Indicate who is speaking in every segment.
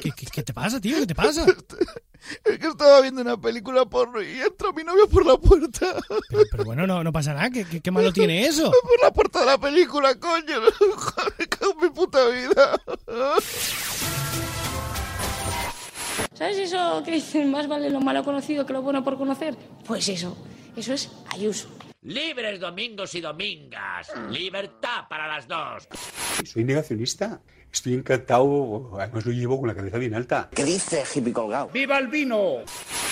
Speaker 1: ¿Qué, qué, qué te pasa, tío? ¿Qué te pasa?
Speaker 2: Es que estaba viendo una película porno y entra mi novia por la puerta.
Speaker 1: Pero, pero bueno, no, no pasa nada. ¿Qué, qué, qué malo tiene eso?
Speaker 2: Por la puerta de la película, coño. Joder, Con mi puta vida.
Speaker 3: ¿Sabes eso que dicen más vale lo malo conocido que lo bueno por conocer? Pues eso, eso es Ayuso.
Speaker 4: Libres domingos y domingas. Libertad para las dos.
Speaker 5: Soy negacionista. Estoy encantado, además lo llevo con la cabeza bien alta.
Speaker 6: ¿Qué dice hippie colgado?
Speaker 4: ¡Viva el vino!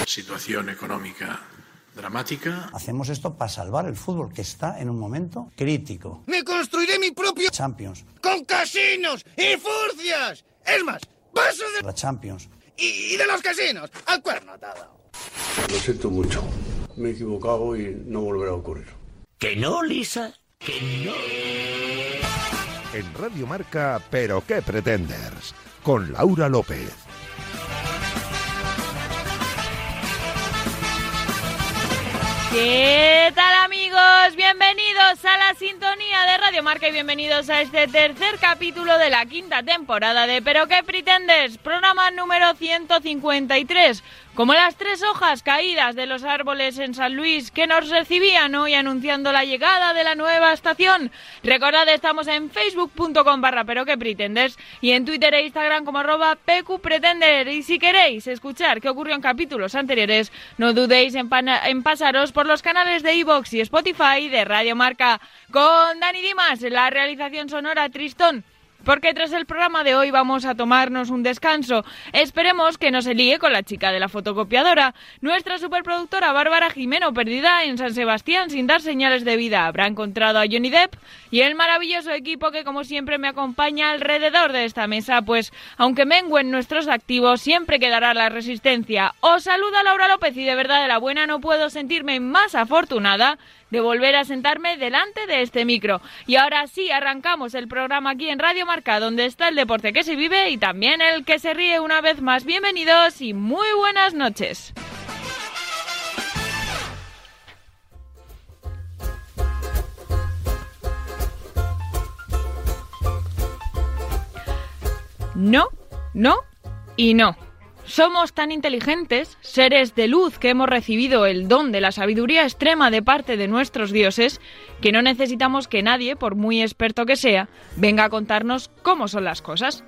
Speaker 7: Situación económica dramática.
Speaker 6: Hacemos esto para salvar el fútbol que está en un momento crítico.
Speaker 8: Me construiré mi propio
Speaker 6: Champions,
Speaker 8: con casinos y furcias. Es más, paso de...
Speaker 6: la Champions.
Speaker 8: Y, y de los casinos al cuerno atado.
Speaker 9: Lo siento mucho. Me he equivocado y no volverá a ocurrir.
Speaker 4: ¿Que no, Lisa? ¿Que no?
Speaker 10: En Radio Marca, Pero qué pretenders, con Laura López.
Speaker 11: ¿Qué tal amigos? Bienvenidos a la sintonía de Radio Marca y bienvenidos a este tercer capítulo de la quinta temporada de Pero qué pretendes, programa número 153. Como las tres hojas caídas de los árboles en San Luis que nos recibían hoy anunciando la llegada de la nueva estación. Recordad, estamos en facebook.com barra pero que pretendes y en Twitter e Instagram como arroba pqpretender. Y si queréis escuchar qué ocurrió en capítulos anteriores, no dudéis en, pana- en pasaros por los canales de iVoox y Spotify de Radio Marca con Dani Dimas, la realización sonora Tristón porque tras el programa de hoy vamos a tomarnos un descanso. Esperemos que no se líe con la chica de la fotocopiadora. Nuestra superproductora Bárbara Jimeno, perdida en San Sebastián sin dar señales de vida, habrá encontrado a Johnny Depp y el maravilloso equipo que como siempre me acompaña alrededor de esta mesa, pues aunque menguen nuestros activos, siempre quedará la resistencia. Os saluda Laura López y de verdad de la buena no puedo sentirme más afortunada de volver a sentarme delante de este micro. Y ahora sí, arrancamos el programa aquí en Radio Marca, donde está el deporte que se vive y también el que se ríe una vez más. Bienvenidos y muy buenas noches. No, no y no. Somos tan inteligentes, seres de luz que hemos recibido el don de la sabiduría extrema de parte de nuestros dioses, que no necesitamos que nadie, por muy experto que sea, venga a contarnos cómo son las cosas.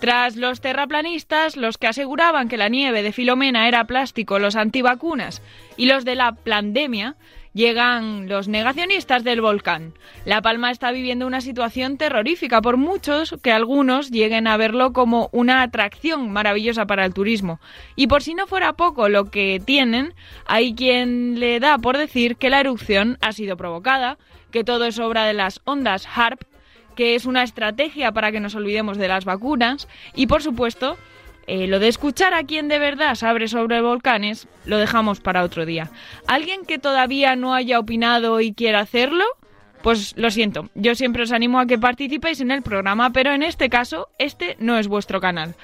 Speaker 11: Tras los terraplanistas, los que aseguraban que la nieve de Filomena era plástico, los antivacunas y los de la pandemia, llegan los negacionistas del volcán. La Palma está viviendo una situación terrorífica, por muchos que algunos lleguen a verlo como una atracción maravillosa para el turismo. Y por si no fuera poco lo que tienen, hay quien le da por decir que la erupción ha sido provocada, que todo es obra de las ondas HARP, que es una estrategia para que nos olvidemos de las vacunas y por supuesto eh, lo de escuchar a quien de verdad sabe sobre volcanes lo dejamos para otro día. ¿Alguien que todavía no haya opinado y quiera hacerlo? Pues lo siento, yo siempre os animo a que participéis en el programa, pero en este caso este no es vuestro canal.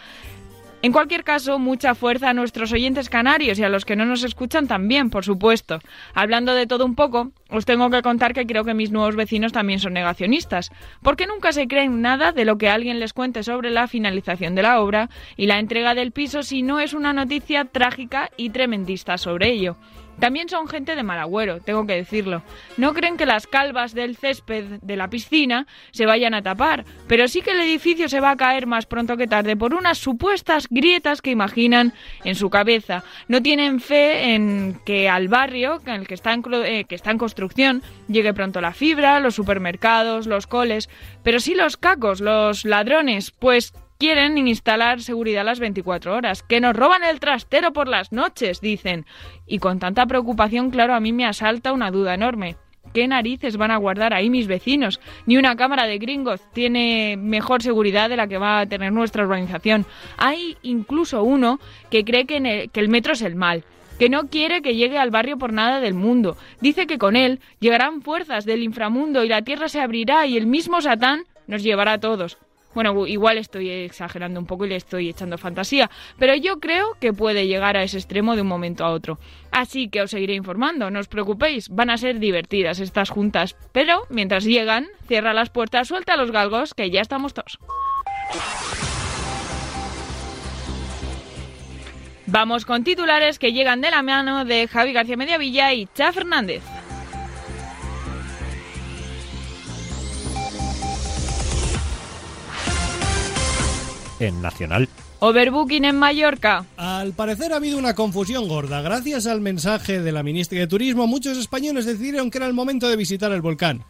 Speaker 11: En cualquier caso, mucha fuerza a nuestros oyentes canarios y a los que no nos escuchan también, por supuesto. Hablando de todo un poco, os tengo que contar que creo que mis nuevos vecinos también son negacionistas, porque nunca se creen nada de lo que alguien les cuente sobre la finalización de la obra y la entrega del piso si no es una noticia trágica y tremendista sobre ello. También son gente de mal agüero, tengo que decirlo. No creen que las calvas del césped de la piscina se vayan a tapar, pero sí que el edificio se va a caer más pronto que tarde por unas supuestas grietas que imaginan en su cabeza. No tienen fe en que al barrio, en el que está en, cro- eh, que está en construcción, llegue pronto la fibra, los supermercados, los coles, pero sí los cacos, los ladrones, pues quieren instalar seguridad las 24 horas, que nos roban el trastero por las noches, dicen. Y con tanta preocupación, claro, a mí me asalta una duda enorme. ¿Qué narices van a guardar ahí mis vecinos? Ni una cámara de gringos tiene mejor seguridad de la que va a tener nuestra urbanización. Hay incluso uno que cree que, en el- que el metro es el mal que no quiere que llegue al barrio por nada del mundo. Dice que con él llegarán fuerzas del inframundo y la tierra se abrirá y el mismo Satán nos llevará a todos. Bueno, bu- igual estoy exagerando un poco y le estoy echando fantasía, pero yo creo que puede llegar a ese extremo de un momento a otro. Así que os seguiré informando, no os preocupéis, van a ser divertidas estas juntas. Pero mientras llegan, cierra las puertas, suelta a los galgos, que ya estamos todos. Vamos con titulares que llegan de la mano de Javi García Mediavilla y Cha Fernández.
Speaker 12: En Nacional.
Speaker 11: Overbooking en Mallorca.
Speaker 1: Al parecer ha habido una confusión gorda. Gracias al mensaje de la ministra de Turismo, muchos españoles decidieron que era el momento de visitar el volcán.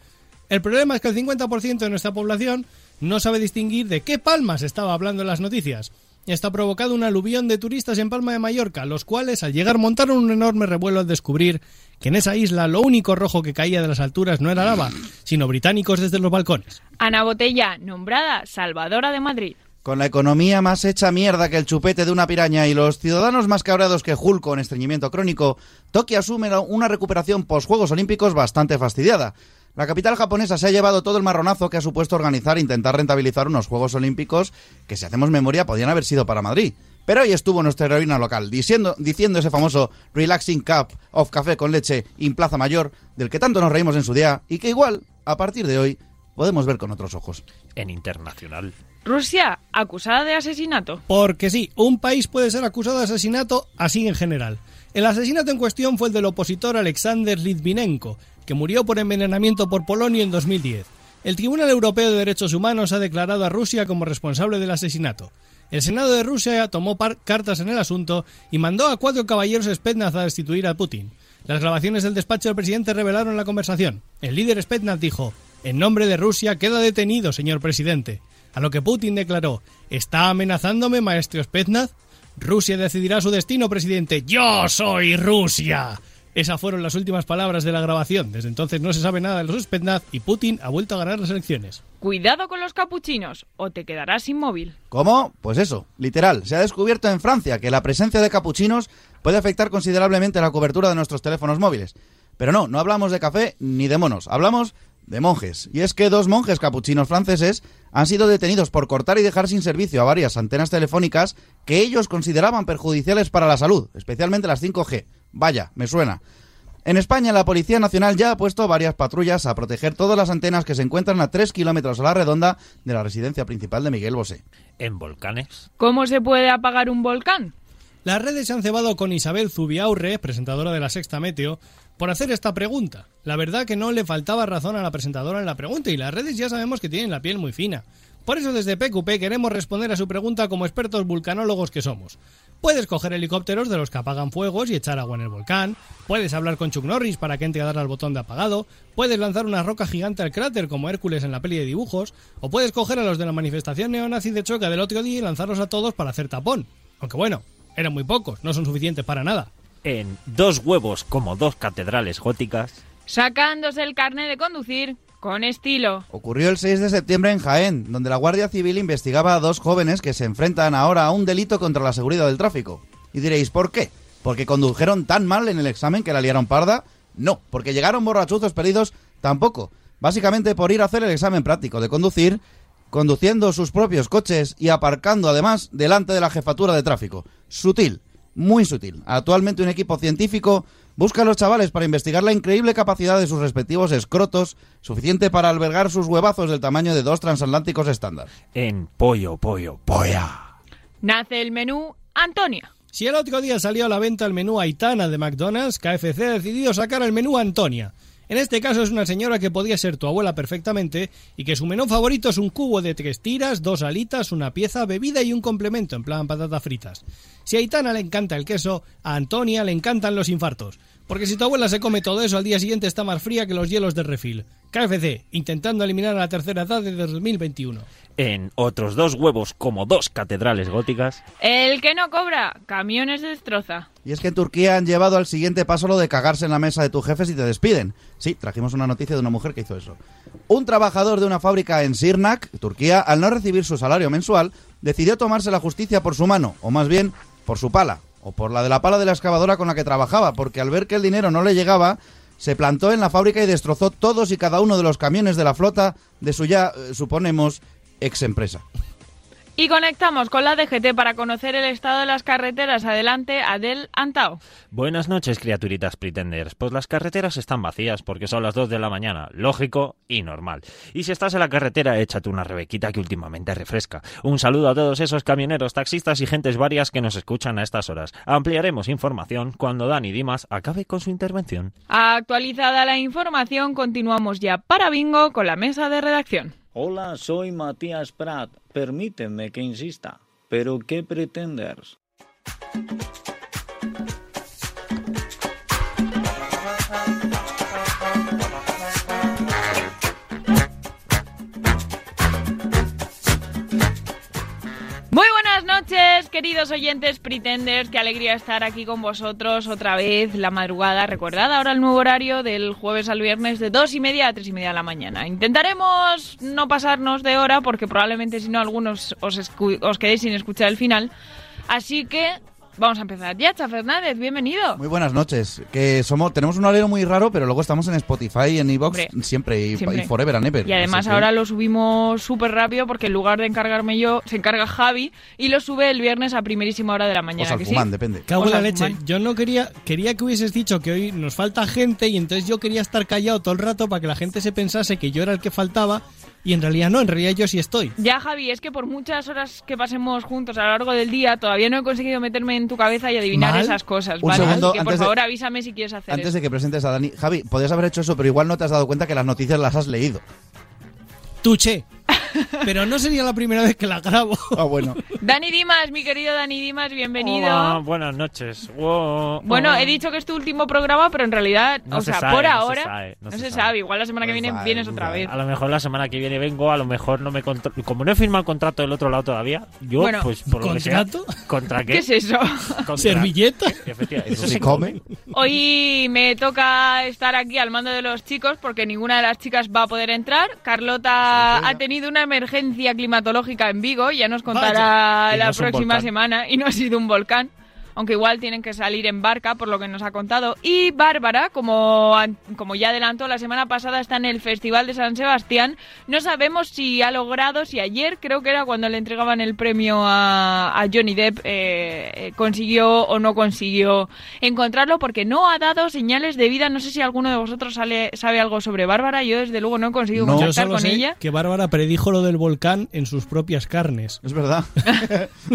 Speaker 1: El problema es que el 50% de nuestra población no sabe distinguir de qué palmas estaba hablando en las noticias. Está provocado un aluvión de turistas en Palma de Mallorca, los cuales al llegar montaron un enorme revuelo al descubrir que en esa isla lo único rojo que caía de las alturas no era lava, sino británicos desde los balcones.
Speaker 11: Ana Botella, nombrada Salvadora de Madrid.
Speaker 13: Con la economía más hecha mierda que el chupete de una piraña y los ciudadanos más cabreados que Hulk con estreñimiento crónico, Tokio asume una recuperación post-Juegos Olímpicos bastante fastidiada. La capital japonesa se ha llevado todo el marronazo que ha supuesto organizar e intentar rentabilizar unos Juegos Olímpicos que, si hacemos memoria, podían haber sido para Madrid. Pero hoy estuvo nuestra heroína local diciendo, diciendo ese famoso Relaxing Cup of Café con leche in Plaza Mayor, del que tanto nos reímos en su día y que igual, a partir de hoy, podemos ver con otros ojos.
Speaker 12: En internacional.
Speaker 11: Rusia, acusada de asesinato.
Speaker 1: Porque sí, un país puede ser acusado de asesinato así en general. El asesinato en cuestión fue el del opositor Alexander Litvinenko, que murió por envenenamiento por Polonio en 2010. El Tribunal Europeo de Derechos Humanos ha declarado a Rusia como responsable del asesinato. El Senado de Rusia tomó cartas en el asunto y mandó a cuatro caballeros Spetsnaz a destituir a Putin. Las grabaciones del despacho del presidente revelaron la conversación. El líder Spetsnaz dijo: En nombre de Rusia queda detenido, señor presidente. A lo que Putin declaró, ¿está amenazándome, maestro Spetsnaz? Rusia decidirá su destino, presidente. Yo soy Rusia. Esas fueron las últimas palabras de la grabación. Desde entonces no se sabe nada de los Spetsnaz y Putin ha vuelto a ganar las elecciones.
Speaker 11: Cuidado con los capuchinos o te quedarás inmóvil.
Speaker 13: ¿Cómo? Pues eso, literal. Se ha descubierto en Francia que la presencia de capuchinos puede afectar considerablemente la cobertura de nuestros teléfonos móviles. Pero no, no hablamos de café ni de monos. Hablamos de monjes. Y es que dos monjes capuchinos franceses han sido detenidos por cortar y dejar sin servicio a varias antenas telefónicas que ellos consideraban perjudiciales para la salud, especialmente las 5G. Vaya, me suena. En España, la Policía Nacional ya ha puesto varias patrullas a proteger todas las antenas que se encuentran a 3 kilómetros a la redonda de la residencia principal de Miguel Bosé.
Speaker 12: En volcanes.
Speaker 11: ¿Cómo se puede apagar un volcán?
Speaker 1: Las redes se han cebado con Isabel Zubiaurre, presentadora de la Sexta Meteo, por hacer esta pregunta. La verdad que no le faltaba razón a la presentadora en la pregunta y las redes ya sabemos que tienen la piel muy fina. Por eso desde PQP queremos responder a su pregunta como expertos vulcanólogos que somos. Puedes coger helicópteros de los que apagan fuegos y echar agua en el volcán, puedes hablar con Chuck Norris para que entre a dar al botón de apagado, puedes lanzar una roca gigante al cráter como Hércules en la peli de dibujos, o puedes coger a los de la manifestación neonazi de Choca del otro día y lanzarlos a todos para hacer tapón. Aunque bueno, eran muy pocos, no son suficientes para nada
Speaker 12: en dos huevos como dos catedrales góticas.
Speaker 11: Sacándose el carnet de conducir con estilo.
Speaker 13: Ocurrió el 6 de septiembre en Jaén, donde la Guardia Civil investigaba a dos jóvenes que se enfrentan ahora a un delito contra la seguridad del tráfico. Y diréis, ¿por qué? ¿Porque condujeron tan mal en el examen que la liaron parda? No, porque llegaron borrachuzos perdidos tampoco. Básicamente por ir a hacer el examen práctico de conducir, conduciendo sus propios coches y aparcando además delante de la jefatura de tráfico. Sutil muy sutil. Actualmente un equipo científico busca a los chavales para investigar la increíble capacidad de sus respectivos escrotos, suficiente para albergar sus huevazos del tamaño de dos transatlánticos estándar.
Speaker 12: En pollo, pollo, polla.
Speaker 11: Nace el menú Antonia.
Speaker 1: Si el otro día salió a la venta el menú Aitana de McDonald's, KFC ha decidido sacar el menú Antonia. En este caso es una señora que podía ser tu abuela perfectamente y que su menú favorito es un cubo de tres tiras, dos alitas, una pieza, bebida y un complemento en plan patatas fritas. Si a Aitana le encanta el queso, a Antonia le encantan los infartos. Porque si tu abuela se come todo eso, al día siguiente está más fría que los hielos de refil. KFC, intentando eliminar a la tercera edad desde 2021.
Speaker 12: En otros dos huevos como dos catedrales góticas.
Speaker 11: El que no cobra, camiones destroza.
Speaker 13: Y es que en Turquía han llevado al siguiente paso lo de cagarse en la mesa de tu jefe si te despiden. Sí, trajimos una noticia de una mujer que hizo eso. Un trabajador de una fábrica en Sirnak, Turquía, al no recibir su salario mensual, decidió tomarse la justicia por su mano, o más bien, por su pala, o por la de la pala de la excavadora con la que trabajaba, porque al ver que el dinero no le llegaba, se plantó en la fábrica y destrozó todos y cada uno de los camiones de la flota de su ya, eh, suponemos, ex empresa.
Speaker 11: Y conectamos con la DGT para conocer el estado de las carreteras. Adelante, Adel Antao.
Speaker 12: Buenas noches, criaturitas pretenders. Pues las carreteras están vacías porque son las 2 de la mañana, lógico y normal. Y si estás en la carretera, échate una rebequita que últimamente refresca. Un saludo a todos esos camioneros, taxistas y gentes varias que nos escuchan a estas horas. Ampliaremos información cuando Dani Dimas acabe con su intervención.
Speaker 11: Actualizada la información, continuamos ya para Bingo con la mesa de redacción.
Speaker 14: Hola, soy Matías Prat. Permíteme que insista. ¿Pero qué pretenders?
Speaker 11: Muy buenas noches, queridos oyentes pretenders. Qué alegría estar aquí con vosotros otra vez la madrugada. Recordad ahora el nuevo horario del jueves al viernes de dos y media a tres y media de la mañana. Intentaremos no pasarnos de hora porque probablemente si no algunos os, escu- os quedéis sin escuchar el final. Así que vamos a empezar. Yacha Fernández, bienvenido.
Speaker 15: Muy buenas noches. Que somos, tenemos un horario muy raro, pero luego estamos en Spotify, en Evox,
Speaker 11: Hombre,
Speaker 15: siempre, y,
Speaker 11: siempre.
Speaker 15: y forever and ever.
Speaker 11: Y además
Speaker 15: Así que-
Speaker 11: ahora lo subimos súper rápido porque en lugar de encargarme yo, se encarga Javi y lo sube el viernes a primerísima hora de la mañana. ¿que sí?
Speaker 1: Cago en
Speaker 11: Os
Speaker 1: la
Speaker 11: al
Speaker 1: leche.
Speaker 11: fumán.
Speaker 1: Yo no quería, quería que hubieses dicho que hoy nos falta gente y entonces yo quería estar callado todo el rato para que la gente se pensase que yo era el que faltaba y en realidad no, en realidad yo sí estoy.
Speaker 11: Ya, Javi, es que por muchas horas que pasemos juntos a lo largo del día, todavía no he conseguido meterme en tu cabeza y adivinar
Speaker 15: Mal.
Speaker 11: esas cosas,
Speaker 15: Un
Speaker 11: ¿vale?
Speaker 15: segundo,
Speaker 11: Así que por
Speaker 15: antes de-
Speaker 11: favor avísame si quieres hacer
Speaker 15: Antes
Speaker 11: eso.
Speaker 15: de que presentes a Dani, Javi, podrías haber hecho eso, pero igual no te has dado cuenta que las noticias las has leído.
Speaker 1: Tuche. Pero no sería la primera vez que la grabo.
Speaker 15: Ah, bueno.
Speaker 11: Dani Dimas, mi querido Dani Dimas, bienvenido.
Speaker 12: Hola, buenas noches. Wow,
Speaker 11: Bueno,
Speaker 12: wow.
Speaker 11: he dicho que es tu último programa, pero en realidad,
Speaker 12: No
Speaker 11: o
Speaker 12: se
Speaker 11: sea,
Speaker 12: sabe,
Speaker 11: por
Speaker 12: no se
Speaker 11: ahora,
Speaker 12: sabe, no se
Speaker 11: sabe. Igual la semana que viene vienes otra vez.
Speaker 12: A lo mejor la semana que viene vengo, a lo mejor no me contro- como no he firmado el contrato del otro lado todavía, yo
Speaker 11: Bueno,
Speaker 12: pues por lo que sea- ¿Contra qué?
Speaker 11: ¿Qué es eso?
Speaker 12: Contra-
Speaker 1: ¿Servilleta?
Speaker 12: Efectivamente,
Speaker 15: Eso se come.
Speaker 11: Hoy me toca estar aquí al mando de los chicos porque ninguna de las chicas va a poder entrar. Carlota ha tenido una emergencia climatológica en Vigo, ya nos contará
Speaker 12: Vaya. Y no
Speaker 11: la
Speaker 12: es un
Speaker 11: próxima
Speaker 12: volcán.
Speaker 11: semana y no ha sido un volcán. Aunque igual tienen que salir en barca, por lo que nos ha contado. Y Bárbara, como, an- como ya adelantó, la semana pasada está en el Festival de San Sebastián. No sabemos si ha logrado, si ayer, creo que era cuando le entregaban el premio a, a Johnny Depp, eh, eh, consiguió o no consiguió encontrarlo porque no ha dado señales de vida. No sé si alguno de vosotros sale- sabe algo sobre Bárbara. Yo, desde luego, no he conseguido
Speaker 1: yo
Speaker 11: contactar
Speaker 1: solo
Speaker 11: con
Speaker 1: sé
Speaker 11: ella.
Speaker 1: que Bárbara predijo lo del volcán en sus propias carnes.
Speaker 15: Es verdad.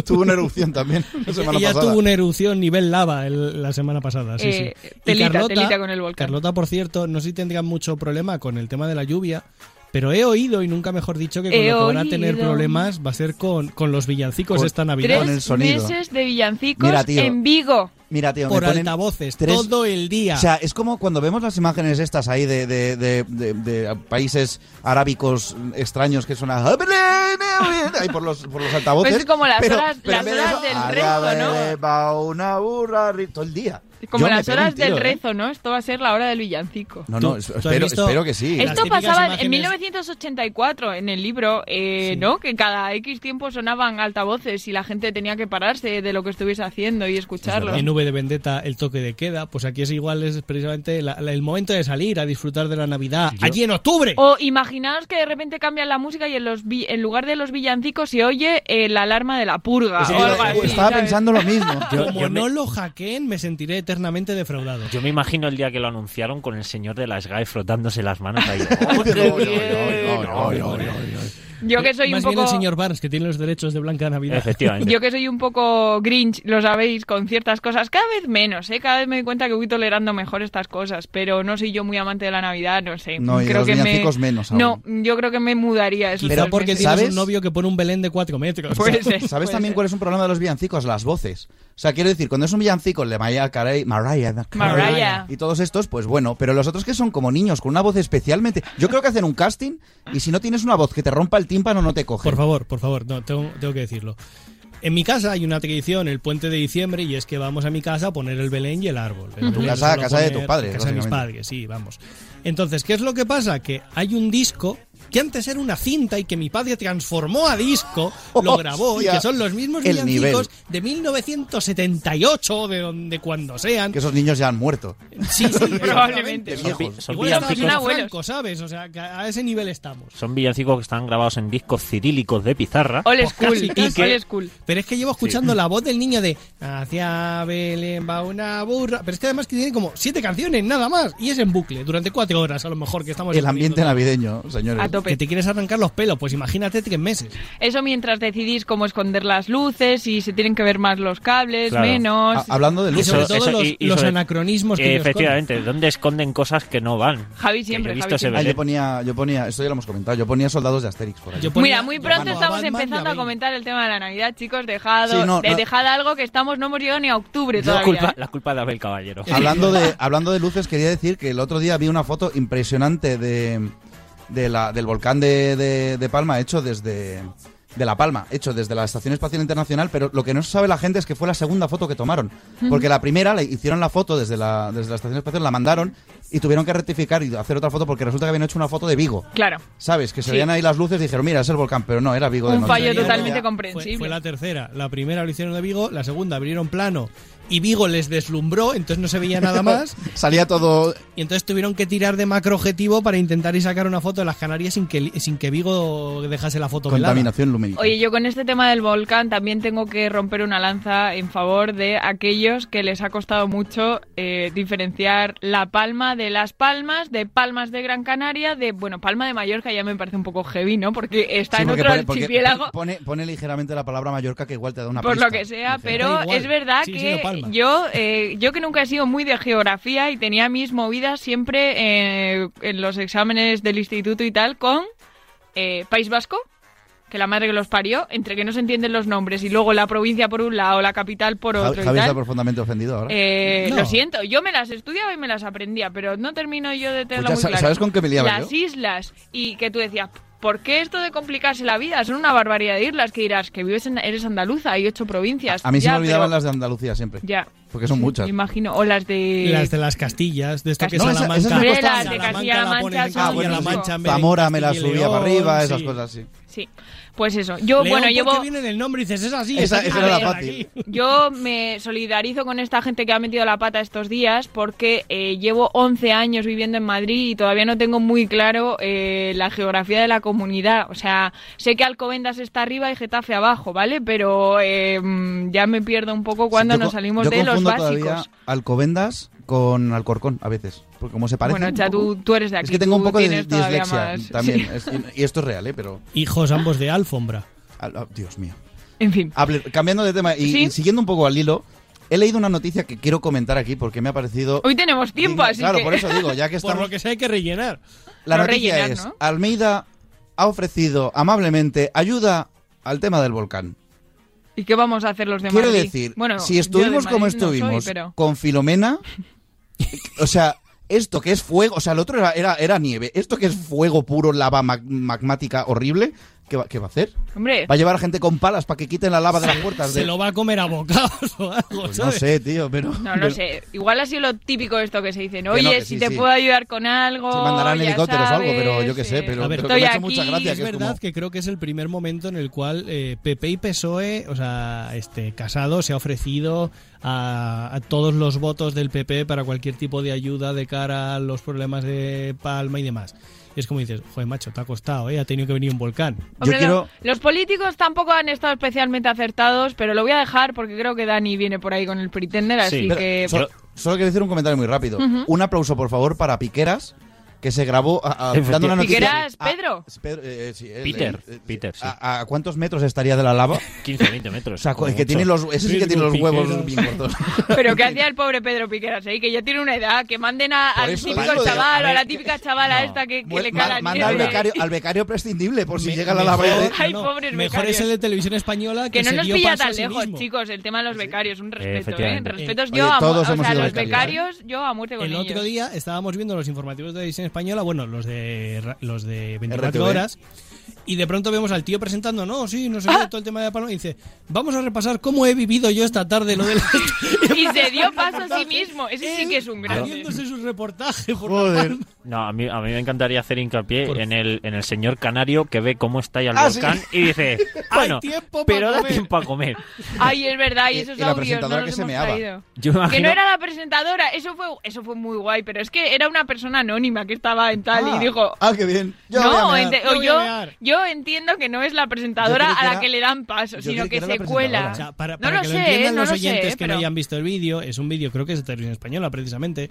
Speaker 15: tuvo una erupción también la semana
Speaker 1: ella
Speaker 15: pasada.
Speaker 1: tuvo una erupción nivel lava el- la semana pasada. Sí,
Speaker 11: Eh,
Speaker 1: sí. Y
Speaker 11: telita, telita con el volcán.
Speaker 1: Carlota, por cierto, no sé si tendría mucho problema con el tema de la lluvia, pero he oído, y nunca mejor dicho, que con
Speaker 11: He
Speaker 1: lo que van a tener
Speaker 11: oído.
Speaker 1: problemas va a ser con, con los villancicos
Speaker 15: Con-
Speaker 1: esta Navidad.
Speaker 11: Tres meses de villancicos
Speaker 15: Mira, tío.
Speaker 11: en Vigo.
Speaker 15: Mira, tío, me
Speaker 1: Por
Speaker 15: ponen
Speaker 1: altavoces,
Speaker 15: tres-
Speaker 1: todo el día.
Speaker 15: O sea, es como cuando vemos las imágenes estas ahí de, de- de- de- de países arábicos extraños que suena ahí por los, por los altavoces.
Speaker 11: Pues es como las
Speaker 15: pero-
Speaker 11: horas,
Speaker 15: pero en
Speaker 11: las
Speaker 15: vez de
Speaker 11: horas
Speaker 15: eso,
Speaker 11: del
Speaker 15: "Araba,
Speaker 11: rezo, ¿no?
Speaker 15: araba, una burra, ri-", todo el día.
Speaker 11: Como
Speaker 15: Yo me
Speaker 11: las
Speaker 15: pego un
Speaker 11: horas
Speaker 15: tiro,
Speaker 11: del
Speaker 15: ¿eh?
Speaker 11: rezo, ¿no? Esto va a ser la hora del villancico.
Speaker 15: No, no, es-
Speaker 1: ¿Tú- tú has
Speaker 15: espero,
Speaker 1: visto
Speaker 15: espero que sí.
Speaker 1: las
Speaker 11: Esto
Speaker 1: típicas
Speaker 11: pasaba en
Speaker 1: imágenes-
Speaker 11: 1984, en el libro, eh, ¿no? Que cada X tiempo sonaban altavoces y la gente tenía que pararse de lo que estuviese haciendo y escucharlo.
Speaker 1: En V de Vendetta, el toque de queda, pues aquí es igual, es precisamente la- la- el momento de salir a disfrutar de la Navidad. Allí en octubre.
Speaker 11: O imaginaos que de repente cambian la música y en, los vi- en lugar de los villancicos se oye eh, la alarma de la purga.
Speaker 1: Sí,
Speaker 11: o algo así,
Speaker 15: Estaba
Speaker 11: ¿sabes?
Speaker 15: pensando lo mismo.
Speaker 12: Yo-
Speaker 1: Como
Speaker 12: yo me-
Speaker 1: no lo hackeen, me sentiré eternamente defraudado.
Speaker 12: Yo me imagino el día que lo anunciaron con el señor de la SGAE frotándose las manos ahí. Oh,
Speaker 11: Yo que soy
Speaker 1: Más
Speaker 11: un
Speaker 1: bien el
Speaker 11: poco...
Speaker 1: señor Barnes, que tiene los derechos de Blanca Navidad.
Speaker 12: Efectivamente.
Speaker 11: Yo que soy un poco grinch, lo sabéis, con ciertas cosas. Cada vez menos, ¿eh? Cada vez me doy cuenta que voy tolerando mejor estas cosas. Pero no soy yo muy amante de la Navidad, no sé.
Speaker 15: No, y de
Speaker 11: creo
Speaker 15: los
Speaker 11: que me...
Speaker 15: villancicos menos aún.
Speaker 11: No, yo creo que me mudaría. Esos
Speaker 1: Quizá
Speaker 11: tres
Speaker 1: porque
Speaker 11: meses.
Speaker 1: tienes un novio que pone un Belén de cuatro metros.
Speaker 15: Pues
Speaker 11: Puede ser,
Speaker 15: ¿Sabes
Speaker 11: puede
Speaker 15: también cuál es un problema de los villancicos? Las voces. O sea, quiero decir, cuando es un villancico, el de Mariah Carey, Mariah, Carey
Speaker 11: Mariah.
Speaker 15: y todos estos, pues bueno, pero los otros que son como niños, con una voz especialmente... Yo creo que hacen un casting y si no tienes una voz que te rompa el tímpano, no te cogen.
Speaker 1: Por favor, por favor, no, tengo, tengo que decirlo. En mi casa hay una tradición, el puente de diciembre, y es que vamos a mi casa a poner el Belén y el árbol. El
Speaker 15: En tu
Speaker 1: Belén
Speaker 15: casa,
Speaker 1: suelo
Speaker 15: casa de
Speaker 1: poner
Speaker 15: tus padres,
Speaker 1: en Casa de mis
Speaker 15: básicamente.
Speaker 1: padres, sí, vamos. Entonces, ¿qué es lo que pasa? Que hay un disco que antes era una cinta y que mi padre transformó a disco, lo grabó, y
Speaker 15: Hostia.
Speaker 1: que son los mismos
Speaker 15: El
Speaker 1: villancicos de 1978 o de donde cuando sean.
Speaker 15: Que esos niños ya han muerto.
Speaker 1: Sí, sí,
Speaker 11: Probablemente.
Speaker 12: Son pi- son
Speaker 1: Igual estaba
Speaker 12: villancicos-
Speaker 1: Franco, ¿sabes? O sea, que a ese nivel estamos.
Speaker 12: Son villancicos que están grabados en discos cirílicos de pizarra.
Speaker 11: Old
Speaker 1: Pues
Speaker 11: school,
Speaker 1: casi, casi.
Speaker 11: old school.
Speaker 1: Pero es que llevo escuchando la voz del niño de Hacia Belén va una burra. Pero es que además que tiene como siete canciones, nada más. Y es en bucle, durante cuatro horas a lo mejor que estamos
Speaker 15: El ambiente
Speaker 1: exponiendo.
Speaker 15: navideño, señores.
Speaker 11: A tope.
Speaker 1: Que te quieres arrancar los pelos, pues imagínate tres meses.
Speaker 11: Eso mientras decidís cómo esconder las luces, si se tienen que ver más los cables,
Speaker 12: Claro.
Speaker 11: menos.
Speaker 15: Ha- hablando de
Speaker 1: Y
Speaker 15: luces.
Speaker 1: sobre todo los, los
Speaker 12: sobre-
Speaker 1: anacronismos que ellos
Speaker 12: Efectivamente, ¿dónde esconden cosas que no van?
Speaker 11: Javi
Speaker 12: Que yo
Speaker 11: siempre,
Speaker 12: he
Speaker 11: Javi
Speaker 12: visto ese
Speaker 11: siempre.
Speaker 15: Ah, yo
Speaker 12: Belén.
Speaker 15: ponía, yo ponía, esto ya lo hemos comentado, yo ponía soldados de Asterix por ahí.
Speaker 1: Yo ponía-
Speaker 11: Mira, muy pronto
Speaker 1: llamando a
Speaker 11: estamos
Speaker 1: Batman y a
Speaker 11: empezando a
Speaker 1: Bane.
Speaker 11: comentar el tema de la Navidad, chicos. Dejado,
Speaker 15: Sí, no,
Speaker 11: de-
Speaker 15: no.
Speaker 11: dejad algo que estamos, no hemos llegado ni a octubre
Speaker 12: La
Speaker 11: todavía.
Speaker 12: culpa, la culpa de Abel Caballero. Ah,
Speaker 15: hablando, de, hablando de luces, quería decir que el otro día vi una foto impresionante de, de la, del volcán de, de- de Palma hecho desde... De La Palma, hecho desde la Estación Espacial Internacional, pero lo que no sabe la gente es que fue la segunda foto que tomaron. Porque la primera le hicieron la foto desde la, desde la Estación Espacial, la mandaron y tuvieron que rectificar y hacer otra foto porque resulta que habían hecho una foto de Vigo.
Speaker 11: Claro,
Speaker 15: ¿Sabes? Que se
Speaker 11: Sí.
Speaker 15: veían ahí las luces y dijeron, mira, es el volcán, pero no, era Vigo de
Speaker 11: un
Speaker 15: noche.
Speaker 11: fallo
Speaker 1: Sería
Speaker 11: totalmente
Speaker 1: Pues ya-
Speaker 11: comprensible.
Speaker 1: Fue, fue la tercera. La primera lo hicieron de Vigo, la segunda abrieron plano y Vigo les deslumbró, entonces no se veía nada más.
Speaker 15: Salía todo
Speaker 1: Y entonces tuvieron que tirar de macro objetivo para intentar y sacar una foto de las Canarias sin que, sin que Vigo dejase la foto velada.
Speaker 15: contaminación lumínica.
Speaker 11: Oye, yo con este tema del volcán también tengo que romper una lanza en favor de aquellos que les ha costado mucho eh, diferenciar la palma de las palmas, de palmas de Gran Canaria, de, bueno, palma de Mallorca ya me parece un poco heavy, ¿no? Porque está
Speaker 15: Sí,
Speaker 11: en
Speaker 15: porque
Speaker 11: otro
Speaker 15: pone, porque
Speaker 11: archipiélago.
Speaker 15: pone- pone ligeramente la palabra Mallorca que igual te da una
Speaker 11: Por
Speaker 15: pista.
Speaker 11: lo que sea,
Speaker 15: Dice,
Speaker 11: pero
Speaker 1: Da igual,
Speaker 11: es verdad
Speaker 1: sigue siendo
Speaker 11: que
Speaker 1: Palma.
Speaker 11: yo, eh, yo que nunca he sido muy de geografía y tenía mis movidas siempre eh, en los exámenes del instituto y tal con eh, País Vasco, que la madre que los parió, entre que no se entienden los nombres y luego la provincia por un lado, la capital por
Speaker 15: Ja-
Speaker 11: otro
Speaker 15: Javi
Speaker 11: y
Speaker 15: está
Speaker 11: tal.
Speaker 15: profundamente ofendido ahora.
Speaker 11: Eh,
Speaker 1: No.
Speaker 11: Lo siento, yo me las estudiaba y me las aprendía, pero no termino yo de tenerlo
Speaker 15: Pues
Speaker 11: muy
Speaker 15: ya sa-
Speaker 11: claro.
Speaker 15: ¿sabes con qué me liaba
Speaker 11: Las
Speaker 15: yo?
Speaker 11: islas, y que tú decías, ¿por qué esto de complicarse la vida? Son una barbaridad de islas que dirás, que vives en, eres andaluza, hay ocho provincias.
Speaker 15: a mí se
Speaker 11: Ya,
Speaker 15: me olvidaban
Speaker 11: pero-
Speaker 15: las de Andalucía siempre.
Speaker 11: Ya.
Speaker 15: Porque son muchas.
Speaker 11: Imagino, o las de...
Speaker 1: Las de las Castillas, de esto que es
Speaker 15: No, esa-
Speaker 1: Salamanca.
Speaker 15: esas me costaban.
Speaker 1: Salamanca
Speaker 15: Las
Speaker 11: de Castilla-La
Speaker 1: la ponen en
Speaker 11: Mancha son
Speaker 15: Ah,
Speaker 1: Castilla-La
Speaker 15: bueno,
Speaker 11: las
Speaker 1: Mancha, en
Speaker 15: sí.
Speaker 1: Belén,
Speaker 15: Zamora me la
Speaker 1: Castilla y
Speaker 15: subía para arriba,
Speaker 1: León,
Speaker 15: esas
Speaker 1: sí.
Speaker 15: cosas así.
Speaker 11: Sí, pues eso. Yo,
Speaker 1: León,
Speaker 11: bueno, llevo...
Speaker 1: porque viene en el nombre y dices, es así.
Speaker 15: Esa-
Speaker 1: es
Speaker 15: esa
Speaker 1: así,
Speaker 11: era
Speaker 1: es
Speaker 11: la
Speaker 1: aquí.
Speaker 15: fácil.
Speaker 11: Yo me solidarizo con esta gente que ha metido la pata estos días porque eh, llevo 11 años viviendo en Madrid y todavía no tengo muy claro eh, la geografía de la comunidad. O sea, sé que Alcobendas está arriba y Getafe abajo, ¿vale? Pero eh, mm, ya me pierdo un poco cuando
Speaker 15: Sí, yo
Speaker 11: nos
Speaker 15: co-
Speaker 11: salimos
Speaker 15: yo
Speaker 11: de los
Speaker 15: confundo
Speaker 11: básicos.
Speaker 15: todavía Alcobendas con Alcorcón a veces. Porque como se parecen.
Speaker 11: Bueno, ya
Speaker 15: un poco-
Speaker 11: tú, tú eres de aquí.
Speaker 15: es que tengo un
Speaker 11: tú
Speaker 15: poco de
Speaker 11: tienes todavía
Speaker 15: dislexia
Speaker 11: más-
Speaker 15: también.
Speaker 11: sí.
Speaker 15: Es- y- y esto es real, ¿eh? Pero.
Speaker 1: Hijos ambos de alfombra.
Speaker 15: ah, ah, Dios mío.
Speaker 11: En fin.
Speaker 15: Hable- cambiando de tema y,
Speaker 11: ¿Sí?
Speaker 15: y siguiendo un poco al hilo, he leído una noticia que quiero comentar aquí porque me ha parecido.
Speaker 11: Hoy tenemos tiempo,
Speaker 15: digna-
Speaker 11: así
Speaker 15: Claro,
Speaker 11: que...
Speaker 15: por eso digo, ya que
Speaker 1: Por
Speaker 15: estamos.
Speaker 1: lo que se hay que rellenar.
Speaker 15: La
Speaker 11: No
Speaker 15: noticia
Speaker 11: rellenar,
Speaker 15: es,
Speaker 11: ¿no?
Speaker 15: Almeida ha ofrecido amablemente ayuda al tema del volcán.
Speaker 11: ¿Y qué vamos a hacer los demás?
Speaker 15: Quiero decir, si estuvimos como estuvimos con Filomena, o sea, esto que es fuego, o sea, el otro era, era, era nieve, esto que es fuego puro, lava mag- magmática horrible, ¿qué va, qué va a hacer?
Speaker 11: Hombre,
Speaker 15: ¿Va a llevar a gente con palas para que quiten la lava de las puertas?
Speaker 1: Se
Speaker 15: de-
Speaker 1: lo va a comer a bocados o algo,
Speaker 15: Pues no
Speaker 1: ¿sabes?
Speaker 15: sé, tío, pero...
Speaker 11: no
Speaker 15: pero-
Speaker 11: lo sé. Igual ha sido lo típico esto que se dicen.
Speaker 15: no,
Speaker 11: Oye,
Speaker 15: que
Speaker 11: si
Speaker 15: sí,
Speaker 11: te
Speaker 15: sí.
Speaker 11: puedo ayudar con algo.
Speaker 15: Se mandarán
Speaker 11: ya
Speaker 15: helicópteros o algo,
Speaker 11: sabes,
Speaker 15: pero yo qué sé,
Speaker 11: eh.
Speaker 15: pero,
Speaker 1: A ver,
Speaker 15: pero que me ha hecho
Speaker 11: estoy
Speaker 15: mucha
Speaker 11: aquí.
Speaker 15: gracia.
Speaker 1: es
Speaker 15: que es como-
Speaker 1: verdad que creo que es el primer momento en el cual eh, PP y PSOE, o sea, este Casado se ha ofrecido a, a todos los votos del PP para cualquier tipo de ayuda de cara a los problemas de Palma y demás. Y es como dices, joder, macho, te ha costado, ¿eh? Ha tenido que venir un volcán.
Speaker 11: Hombre,
Speaker 15: Yo
Speaker 11: no,
Speaker 15: quiero-
Speaker 11: Los políticos tampoco han estado especialmente acertados, pero lo voy a dejar porque creo que Dani viene por ahí con el pretender, así
Speaker 12: Sí.
Speaker 15: Pero,
Speaker 11: que.
Speaker 15: solo, solo quiero decir un comentario muy rápido. Un aplauso, por favor, para Piqueras, que se grabó a- a- dando una noticia.
Speaker 11: Piqueras,
Speaker 15: Ah,
Speaker 11: Pedro.
Speaker 15: es Pedro, eh, eh, sí, él,
Speaker 12: Peter,
Speaker 15: él, eh,
Speaker 12: Peter, sí.
Speaker 15: ¿A, a cuántos metros estaría de la lava?
Speaker 12: 15, 20 metros.
Speaker 15: O sea,
Speaker 12: como
Speaker 15: que
Speaker 12: mucho.
Speaker 15: tiene los, ese sí que tiene los
Speaker 1: Virgo
Speaker 15: huevos
Speaker 1: Piqueras.
Speaker 15: bien cortos.
Speaker 11: Pero que hacía el pobre Pedro Piqueras ahí, que ya tiene una edad, que manden a-
Speaker 15: Por
Speaker 11: al
Speaker 15: eso
Speaker 11: típico
Speaker 15: digo,
Speaker 11: chaval
Speaker 12: digo,
Speaker 11: o
Speaker 12: a
Speaker 11: a la
Speaker 12: ver,
Speaker 11: típica chavala
Speaker 12: no.
Speaker 11: esta que, que
Speaker 15: Mu-
Speaker 11: le
Speaker 15: ma-
Speaker 11: cae la
Speaker 15: manda al
Speaker 11: nieve.
Speaker 15: becario, al becario prescindible por si
Speaker 1: Me-
Speaker 15: llega la lava. y
Speaker 1: mejor-
Speaker 15: dice,
Speaker 11: Ay, pobres
Speaker 1: Mejor
Speaker 11: becarios.
Speaker 1: es el de televisión española que,
Speaker 11: Que no
Speaker 1: se
Speaker 11: nos
Speaker 1: dio
Speaker 11: pilla
Speaker 1: paso a
Speaker 11: tan
Speaker 1: sí
Speaker 11: lejos,
Speaker 1: mismo.
Speaker 11: chicos, el tema de los becarios. Un respeto, ¿eh?
Speaker 12: Efectivamente.
Speaker 11: Respetos
Speaker 15: Oye,
Speaker 11: yo a, mu-
Speaker 15: todos
Speaker 11: o
Speaker 15: hemos
Speaker 11: sea,
Speaker 15: sido
Speaker 11: los
Speaker 15: becarios, ¿eh?
Speaker 11: becarios, yo a muerte con
Speaker 1: El
Speaker 11: ellos.
Speaker 1: otro día estábamos viendo los informativos de televisión española, bueno, los de ra- los de 24
Speaker 15: RTV.
Speaker 1: horas, Y de pronto vemos al tío presentando, no, sí, no sé qué, todo el tema de la paloma. Y dice, vamos a repasar cómo he vivido yo esta tarde lo de la...
Speaker 11: Y se dio paso a sí mismo. Ese sí que es un grande.
Speaker 1: Haciéndose su reportaje por
Speaker 12: Joder. No, a mí, a mí me encantaría hacer hincapié en el, en el señor canario que ve cómo está ya el
Speaker 1: Ah,
Speaker 12: volcán
Speaker 1: sí.
Speaker 12: y dice,
Speaker 1: Hay
Speaker 12: bueno,
Speaker 1: tiempo pa'
Speaker 12: pero da
Speaker 1: comer".
Speaker 12: tiempo a comer.
Speaker 11: Ay, es verdad, y esos
Speaker 12: y la
Speaker 11: audios no
Speaker 12: presentadora
Speaker 11: los
Speaker 12: que se
Speaker 11: hemos
Speaker 12: meaba. Ah,
Speaker 11: traído.
Speaker 12: Yo me
Speaker 11: Que no
Speaker 12: imagino-
Speaker 11: era la presentadora, eso fue, eso fue muy guay, pero es que era una persona anónima que estaba en tal
Speaker 15: Ah,
Speaker 11: y dijo...
Speaker 15: Ah, qué bien. Yo voy a
Speaker 11: no,
Speaker 15: mear.
Speaker 11: ente-
Speaker 15: Yo
Speaker 11: o
Speaker 15: voy a
Speaker 11: yo,
Speaker 15: mear".
Speaker 11: yo entiendo que no es la
Speaker 1: Yo
Speaker 11: presentadora
Speaker 1: creí que
Speaker 11: a la
Speaker 1: era-
Speaker 11: que le dan paso,
Speaker 1: yo creí
Speaker 11: sino
Speaker 1: que
Speaker 11: que,
Speaker 1: era la
Speaker 11: se cuela.
Speaker 1: presentadora. O sea, para, para
Speaker 11: no lo
Speaker 1: que
Speaker 11: sé,
Speaker 1: lo entiendan
Speaker 11: eh, no
Speaker 1: los
Speaker 11: lo
Speaker 1: oyentes
Speaker 11: sé,
Speaker 1: que
Speaker 11: pero...
Speaker 1: no hayan visto el vídeo, es un vídeo, creo que es de televisión española precisamente.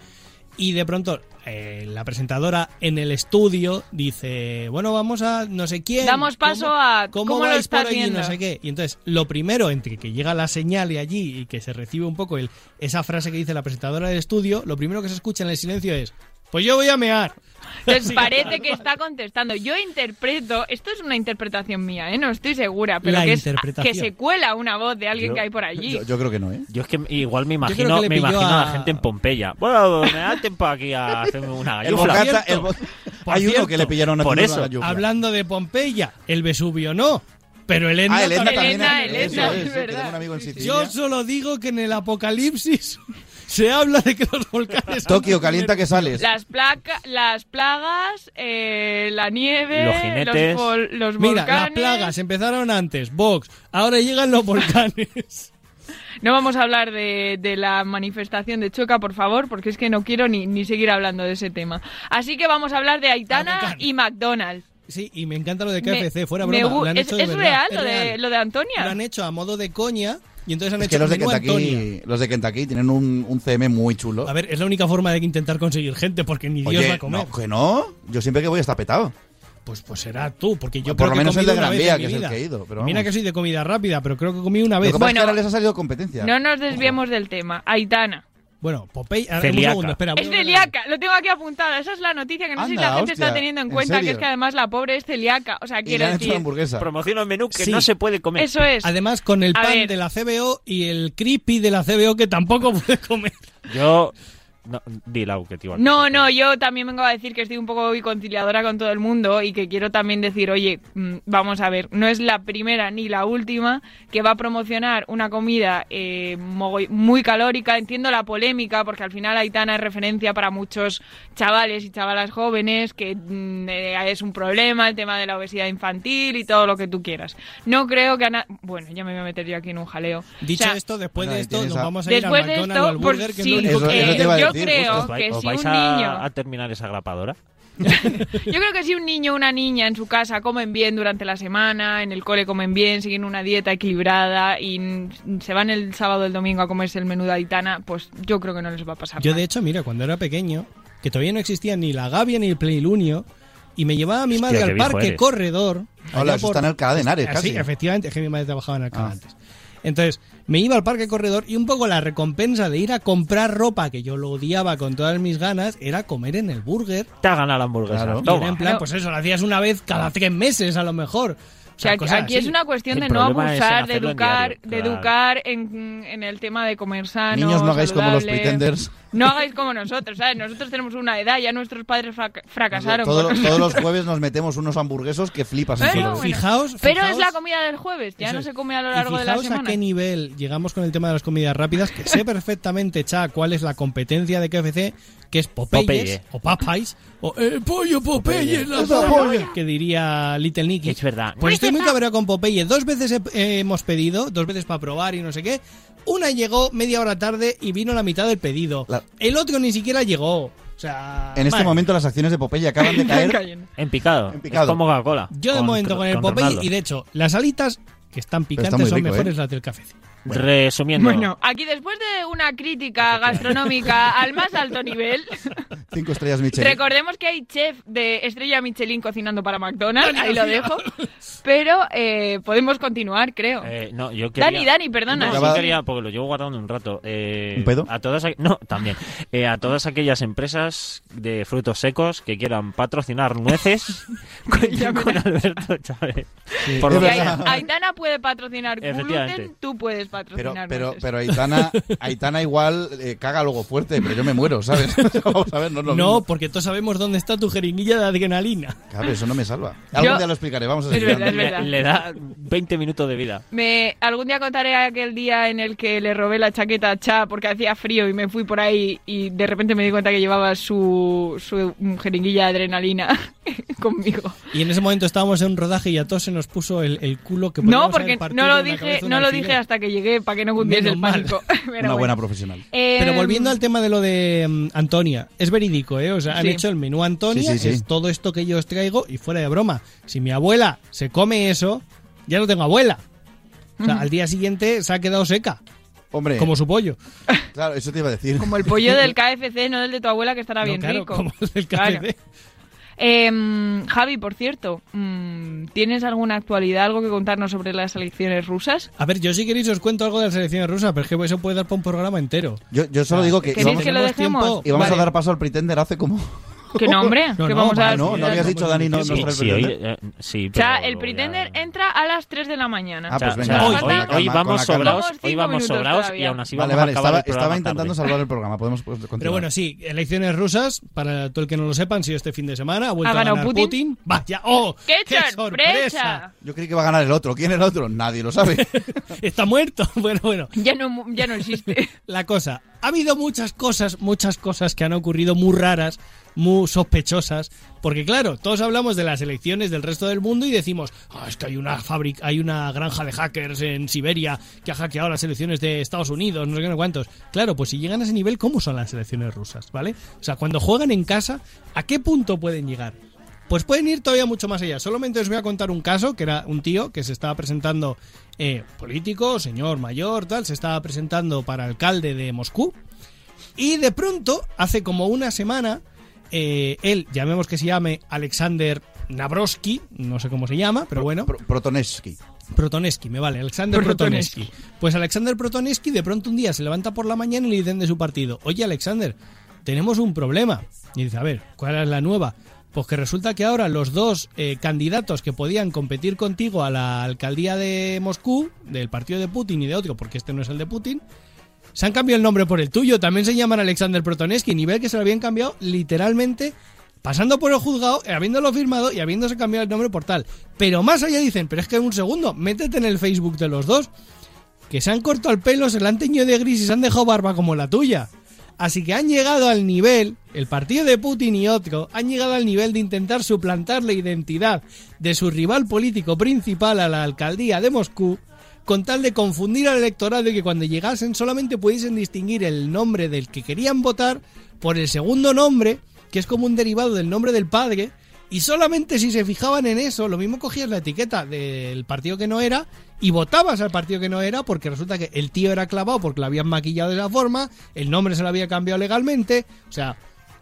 Speaker 1: Y de pronto, eh, la presentadora en el estudio dice: Bueno, vamos a no sé quién.
Speaker 11: Damos paso a
Speaker 1: ¿Cómo,
Speaker 11: cómo lo
Speaker 1: vais por
Speaker 11: estás
Speaker 1: allí?
Speaker 11: viendo.
Speaker 1: No sé qué. Y entonces, lo primero, entre que llega la señal y allí y que se recibe un poco el, esa frase que dice la presentadora del estudio, lo primero que se escucha en el silencio es: Pues yo voy a mear.
Speaker 11: Entonces
Speaker 1: Sí,
Speaker 11: parece que está contestando. Yo interpreto, esto es una interpretación mía, ¿eh? no estoy segura, pero
Speaker 12: La
Speaker 11: que, es-
Speaker 12: interpretación.
Speaker 11: que se cuela una voz de alguien
Speaker 12: Yo-
Speaker 11: que hay por allí.
Speaker 15: creo que no, ¿eh?
Speaker 12: Yo es que igual me
Speaker 1: creo que
Speaker 12: imagino,
Speaker 1: le
Speaker 12: me
Speaker 1: pilló
Speaker 12: imagino a...
Speaker 1: a-
Speaker 12: la gente en Pompeya. Bueno, me da tiempo aquí a hacerme una
Speaker 15: El
Speaker 12: gallufla.
Speaker 15: bocata- el bo- Hay uno que le pillaron
Speaker 12: Por
Speaker 15: haciendo
Speaker 12: eso.
Speaker 15: una gallufla.
Speaker 1: Hablando de Pompeya, el Vesubio no, pero el Etna
Speaker 15: Ah, Ah, el Etna
Speaker 1: también.
Speaker 15: también, El Etna, el Etna, eso es, es sí, que verdad. tengo un amigo en Sicilia.
Speaker 1: Yo solo digo que en el apocalipsis se habla de que los volcanes.
Speaker 15: Tokio, calienta que sales.
Speaker 11: Las, placa, las plagas, eh, la nieve,
Speaker 1: Los jinetes.
Speaker 11: los, vol- los
Speaker 1: Mira, las
Speaker 11: volcanes.
Speaker 1: plagas eh. empezaron antes, Vox, ahora llegan los volcanes.
Speaker 11: No vamos a hablar de, de la manifestación de Choca, por favor, porque es que no quiero ni, ni seguir hablando de ese tema. Así que vamos a hablar de Aitana y McDonald's.
Speaker 1: Sí, y me encanta lo de
Speaker 11: Me-
Speaker 1: KFC, fuera
Speaker 11: me
Speaker 1: broma.
Speaker 11: gu-
Speaker 1: lo han
Speaker 11: es-
Speaker 1: hecho de
Speaker 11: es
Speaker 1: verdad,
Speaker 11: real
Speaker 1: es
Speaker 11: lo de- lo de Antonia.
Speaker 1: Lo han hecho a modo de coña y entonces han
Speaker 15: Es
Speaker 1: hecho
Speaker 15: que los de
Speaker 1: menú Antonia.
Speaker 15: Kentucky, los de Kentucky tienen un, un CM muy chulo.
Speaker 1: A ver, es la única forma de intentar conseguir gente porque ni Dios
Speaker 15: Oye,
Speaker 1: va a comer.
Speaker 15: no, que no. Yo siempre que voy está petado.
Speaker 1: Pues, pues será tú, porque yo
Speaker 15: Bueno, por
Speaker 1: creo
Speaker 15: lo menos
Speaker 1: que he
Speaker 15: el de
Speaker 1: comido
Speaker 15: Gran
Speaker 1: una vez
Speaker 15: Vía,
Speaker 1: en mi
Speaker 15: que es el
Speaker 1: vida.
Speaker 15: que he ido, pero
Speaker 1: Mira
Speaker 15: vamos.
Speaker 1: que soy de comida rápida, pero creo que comí una
Speaker 15: Lo
Speaker 1: vez.
Speaker 15: que pasa es que ahora les ha salido competencia.
Speaker 11: No nos desviemos del tema. Aitana.
Speaker 1: Bueno, Popeye, ahora, un
Speaker 15: Celíaca.
Speaker 1: segundo, espera.
Speaker 11: Es celíaca, lo tengo aquí apuntada. Esa es la noticia que no sé si
Speaker 1: Anda,
Speaker 11: la gente
Speaker 1: hostia,
Speaker 11: está teniendo en
Speaker 1: ¿en
Speaker 11: cuenta, que
Speaker 1: serio?
Speaker 11: es que además la pobre es celíaca. O sea, quiero decir.
Speaker 12: Promociona el menú que
Speaker 1: Sí.
Speaker 12: no se puede comer.
Speaker 11: Eso es.
Speaker 1: Además, con el
Speaker 11: A
Speaker 1: pan
Speaker 11: ver.
Speaker 1: de la CBO y el creepy de la CBO que tampoco puede comer.
Speaker 12: Yo... No, di Lau, que te iba a-
Speaker 11: No, no, yo también vengo a decir que estoy un poco hoy conciliadora con todo el mundo y que quiero también decir, oye, mm, vamos a ver, no es la primera ni la última que va a promocionar una comida eh, mogoll- muy calórica. Entiendo la polémica porque al final Aitana es referencia para muchos chavales y chavalas jóvenes que mm, eh, es un problema el tema de la obesidad infantil y todo lo que tú quieras. No creo que a na- Bueno, ya me voy a meter yo aquí en un jaleo.
Speaker 1: Dicho
Speaker 11: O sea,
Speaker 1: esto, después
Speaker 12: Bueno,
Speaker 1: de
Speaker 12: ahí
Speaker 1: esto,
Speaker 12: tienes
Speaker 1: nos
Speaker 12: a-
Speaker 1: vamos a ir a
Speaker 11: Después de
Speaker 1: McDonald's o al
Speaker 11: esto, por
Speaker 1: Burger, que es
Speaker 11: sí,
Speaker 1: lo único que-
Speaker 11: eh, yo creo
Speaker 12: ¿Os vai-
Speaker 11: que
Speaker 12: os
Speaker 11: si
Speaker 12: vais
Speaker 11: un
Speaker 12: a,
Speaker 11: niño
Speaker 12: a terminar esa grapadora?
Speaker 11: Yo creo que si un niño o una niña en su casa comen bien durante la semana, en el cole comen bien, siguen una dieta equilibrada y mm, se van el sábado o el domingo a comerse el menú de Aitana, pues yo creo que no les va a pasar
Speaker 1: Yo,
Speaker 11: nada.
Speaker 1: de hecho, mira, cuando era pequeño, que todavía no existía ni la Gavia ni el Plenilunio, y me llevaba mi madre
Speaker 15: qué
Speaker 1: al
Speaker 15: viejo
Speaker 1: parque
Speaker 15: eres.
Speaker 1: corredor.
Speaker 15: Hola,
Speaker 1: allá
Speaker 15: eso está en Alcalá de Henares,
Speaker 1: Ah,
Speaker 15: casi. Ah.
Speaker 1: Sí, efectivamente, es que mi madre trabajaba en Alcalá antes. Entonces, me iba al parque corredor y un poco la recompensa de ir a comprar ropa, que yo lo odiaba con todas mis ganas, era comer en el burger.
Speaker 12: Te ha ganado la hamburguesa.
Speaker 1: Claro. Y
Speaker 12: Toma.
Speaker 1: era en plan, pues eso, lo hacías una vez cada tres meses a lo mejor. O
Speaker 11: O sea,
Speaker 1: sea,
Speaker 11: aquí,
Speaker 1: cosas
Speaker 11: aquí es
Speaker 1: así.
Speaker 11: una cuestión de no abusar, de educar, de educar en, en el tema de comer sano,
Speaker 15: Niños, no hagáis como los
Speaker 11: saludable.
Speaker 15: pretenders.
Speaker 11: No hagáis como nosotros, ¿sabes? Nosotros tenemos una edad, ya nuestros padres fraca- fracasaron.
Speaker 15: Todo-
Speaker 11: con
Speaker 15: todos los
Speaker 11: nosotros.
Speaker 15: jueves nos metemos unos hamburguesos que flipas.
Speaker 11: Pero
Speaker 15: encima.
Speaker 11: bueno. Pero es la comida del jueves, ya
Speaker 1: Eso
Speaker 11: no
Speaker 1: es.
Speaker 11: se come a lo
Speaker 1: Y
Speaker 11: largo de la
Speaker 1: fijaos
Speaker 11: semana.
Speaker 1: a qué nivel llegamos con el tema de las comidas rápidas, que sé perfectamente, Cha, cuál es la competencia de KFC, que es Popeyes,
Speaker 12: Popeye.
Speaker 1: o Popeyes, o eh, pollo Popeyes, la
Speaker 12: Es
Speaker 1: polla,
Speaker 12: Popeye.
Speaker 1: que diría Little Nicky. Es
Speaker 12: verdad.
Speaker 1: Pues estoy muy cabreado con Popeye. Dos veces he- eh, hemos pedido, dos veces para probar y no sé qué. Una llegó media hora tarde y vino la mitad del pedido. El otro ni siquiera llegó. O sea,
Speaker 15: En este
Speaker 1: mal.
Speaker 15: momento las acciones de Popeye acaban de caer.
Speaker 12: En picado.
Speaker 15: En picado.
Speaker 12: Es como Coca-Cola.
Speaker 1: Yo de momento con el Popeye y de hecho, las alitas que están
Speaker 12: está
Speaker 1: picantes
Speaker 12: muy
Speaker 1: son
Speaker 12: rico,
Speaker 1: mejores
Speaker 12: ¿eh?
Speaker 1: las del café.
Speaker 12: Resumiendo,
Speaker 11: Bueno, aquí después de una crítica gastronómica al más alto nivel,
Speaker 15: Cinco estrellas Michelin.
Speaker 11: recordemos que hay chef de Estrella Michelin cocinando para McDonald's, ahí lo dejo, pero eh, podemos continuar, creo.
Speaker 12: eh, no, yo quería-
Speaker 11: Dani, Dani, perdona.
Speaker 12: No,
Speaker 11: Ya
Speaker 12: sí
Speaker 11: va.
Speaker 12: quería, porque lo llevo guardando un rato. eh,
Speaker 15: ¿Un pedo?
Speaker 12: A todas, aqu- no, también. Eh, a todas aquellas empresas de frutos secos que quieran patrocinar nueces, cuenten con Alberto Chávez. Por lo
Speaker 11: Si
Speaker 12: menos.
Speaker 11: Ai- Aitana puede patrocinar gluten,
Speaker 12: Efectivamente.
Speaker 11: tú puedes
Speaker 15: Pero,
Speaker 11: patrocinar
Speaker 15: pero,
Speaker 11: nueces.
Speaker 15: pero Aitana, Aitana igual eh, caga luego fuerte, pero yo me muero, ¿sabes? Vamos a ver, no
Speaker 2: es lo
Speaker 1: no,
Speaker 2: mismo.
Speaker 1: porque todos sabemos dónde está tu jeringuilla de adrenalina.
Speaker 15: Claro, eso no me salva. Algún
Speaker 11: Yo-
Speaker 15: día lo explicaré, vamos a
Speaker 11: Es
Speaker 15: seguir.
Speaker 11: verdad, es verdad. Le- le da
Speaker 12: 20 minutos de vida.
Speaker 11: Me, algún día contaré aquel día en el que le robé la chaqueta a Cha porque hacía frío y me fui por ahí y de repente me di cuenta que llevaba su, su mm, jeringuilla de adrenalina conmigo.
Speaker 1: Y en ese momento estábamos en un rodaje y a todos se nos puso el, el culo que
Speaker 11: No,
Speaker 1: podíamos
Speaker 11: porque
Speaker 1: haber partido
Speaker 11: no lo
Speaker 1: en la
Speaker 11: dije,
Speaker 1: cabeza un
Speaker 11: no lo
Speaker 1: alfiler.
Speaker 11: dije hasta que llegué para que no cundiese
Speaker 1: Menos
Speaker 11: el
Speaker 1: mal.
Speaker 11: pánico. Pero
Speaker 15: Una
Speaker 11: bueno.
Speaker 15: buena profesional.
Speaker 11: Eh,
Speaker 1: Pero volviendo al tema de lo de mm, Antonia, es verídico, ¿eh? O sea, han
Speaker 11: Sí.
Speaker 1: hecho el menú Antonia,
Speaker 15: Sí, sí, sí.
Speaker 1: es todo esto que yo os traigo, y fuera de broma, si mi abuela se come eso, ya no tengo abuela. O sea,
Speaker 11: Ujú.
Speaker 1: al día siguiente se ha quedado seca.
Speaker 15: Hombre.
Speaker 1: Como su pollo.
Speaker 15: Claro, eso te iba a decir.
Speaker 11: Como el pollo del KFC, no el de tu abuela, que estará
Speaker 1: No,
Speaker 11: bien
Speaker 1: claro,
Speaker 11: rico.
Speaker 1: como el del
Speaker 11: Claro.
Speaker 1: KFC.
Speaker 11: Em, Javi, por cierto, mm, ¿tienes alguna actualidad, algo que contarnos sobre las elecciones rusas?
Speaker 1: A ver, yo si queréis os cuento algo de la selección rusa, pero es que eso puede dar para un programa entero.
Speaker 15: Yo, yo solo digo que.
Speaker 11: ¿Queréis que lo
Speaker 1: tenemos tiempo.
Speaker 11: dejemos?
Speaker 15: Y vamos
Speaker 11: Vale.
Speaker 15: a dar paso al Pretender hace como.
Speaker 11: Que no, hombre, que vamos a...
Speaker 15: ah, No, no habías dicho, Dani, no, no
Speaker 12: Sí,
Speaker 15: será el
Speaker 12: sí, hoy,
Speaker 15: Pretender.
Speaker 12: eh, sí,
Speaker 11: O sea,
Speaker 12: pero
Speaker 11: el
Speaker 12: luego
Speaker 11: Pretender entra a las 3 de la mañana.
Speaker 15: Ah,
Speaker 12: ya-
Speaker 15: pues
Speaker 12: o sea,
Speaker 15: venga,
Speaker 12: hoy,
Speaker 15: con la
Speaker 12: hoy
Speaker 15: calma, con
Speaker 12: vamos
Speaker 15: la calma.
Speaker 12: sobrados,
Speaker 11: Tenemos
Speaker 12: hoy
Speaker 11: cinco
Speaker 12: vamos
Speaker 11: minutos
Speaker 12: sobrados y
Speaker 11: todavía.
Speaker 12: aún así
Speaker 15: Vale,
Speaker 12: vamos a
Speaker 15: vale,
Speaker 12: acabar
Speaker 15: estaba,
Speaker 12: el programa
Speaker 15: estaba intentando
Speaker 12: tarde.
Speaker 15: salvar el programa. Podemos pues, continuar.
Speaker 1: Pero bueno, sí, elecciones rusas, para todo el que no lo sepan, si este fin de semana ha vuelto
Speaker 11: ¿Ha
Speaker 1: a
Speaker 11: ganado
Speaker 1: ganar Putin.
Speaker 11: Putin?
Speaker 1: ¡Vaya! ¡Oh!
Speaker 11: ¡Qué
Speaker 1: sorpresa!
Speaker 11: sorpresa!
Speaker 15: Yo creí que iba a ganar el otro. ¿Quién es el otro? Nadie lo sabe.
Speaker 1: Está muerto. Bueno, bueno.
Speaker 11: Ya no, mu- ya no existe.
Speaker 1: La cosa, ha habido muchas cosas, muchas cosas que han ocurrido muy raras, muy sospechosas, porque claro, todos hablamos de las elecciones del resto del mundo y decimos, "Ah, es que hay una fábrica, hay una granja de hackers en Siberia que ha hackeado las elecciones de Estados Unidos, no sé qué, no sé cuántos. Claro, pues si llegan a ese nivel, ¿cómo son las elecciones rusas, vale? O sea, cuando juegan en casa, ¿a qué punto pueden llegar? Pues pueden ir todavía mucho más allá. Solamente os voy a contar un caso, que era un tío que se estaba presentando eh, político, señor mayor, tal, se estaba presentando para alcalde de Moscú. Y de pronto, hace como una semana, eh, él, llamemos que se llame Alexander Nabrowski, no sé cómo se llama, pero bueno.
Speaker 15: Protoneski.
Speaker 1: Protoneski, me vale, Alexander Protoneski.
Speaker 15: Protoneski.
Speaker 1: Pues Alexander Protoneski de pronto un día se levanta por la mañana y le dicen de su partido, oye Alexander, tenemos un problema. Y dice, a ver, ¿cuál es la nueva? Pues que resulta que ahora los dos eh, candidatos que podían competir contigo a la alcaldía de Moscú, del partido de Putin y de otro, porque este no es el de Putin, se han cambiado el nombre por el tuyo. También se llaman Alexander Protoneski, nivel que se lo habían cambiado literalmente pasando por el juzgado, eh, habiéndolo firmado y habiéndose cambiado el nombre por tal. Pero más allá dicen, pero es que un segundo, métete en el Facebook de los dos, que se han cortado el pelo, se la han teñido de gris y se han dejado barba como la tuya. Así que han llegado al nivel, el partido de Putin y otro, han llegado al nivel de intentar suplantar la identidad de su rival político principal a la alcaldía de Moscú, con tal de confundir al electorado y que cuando llegasen solamente pudiesen distinguir el nombre del que querían votar por el segundo nombre, que es como un derivado del nombre del padre, y solamente si se fijaban en eso, lo mismo cogías la etiqueta del partido que no era y votabas al partido que no era porque resulta que el tío era clavado porque lo habían maquillado de esa forma, el nombre se lo había cambiado legalmente, o sea,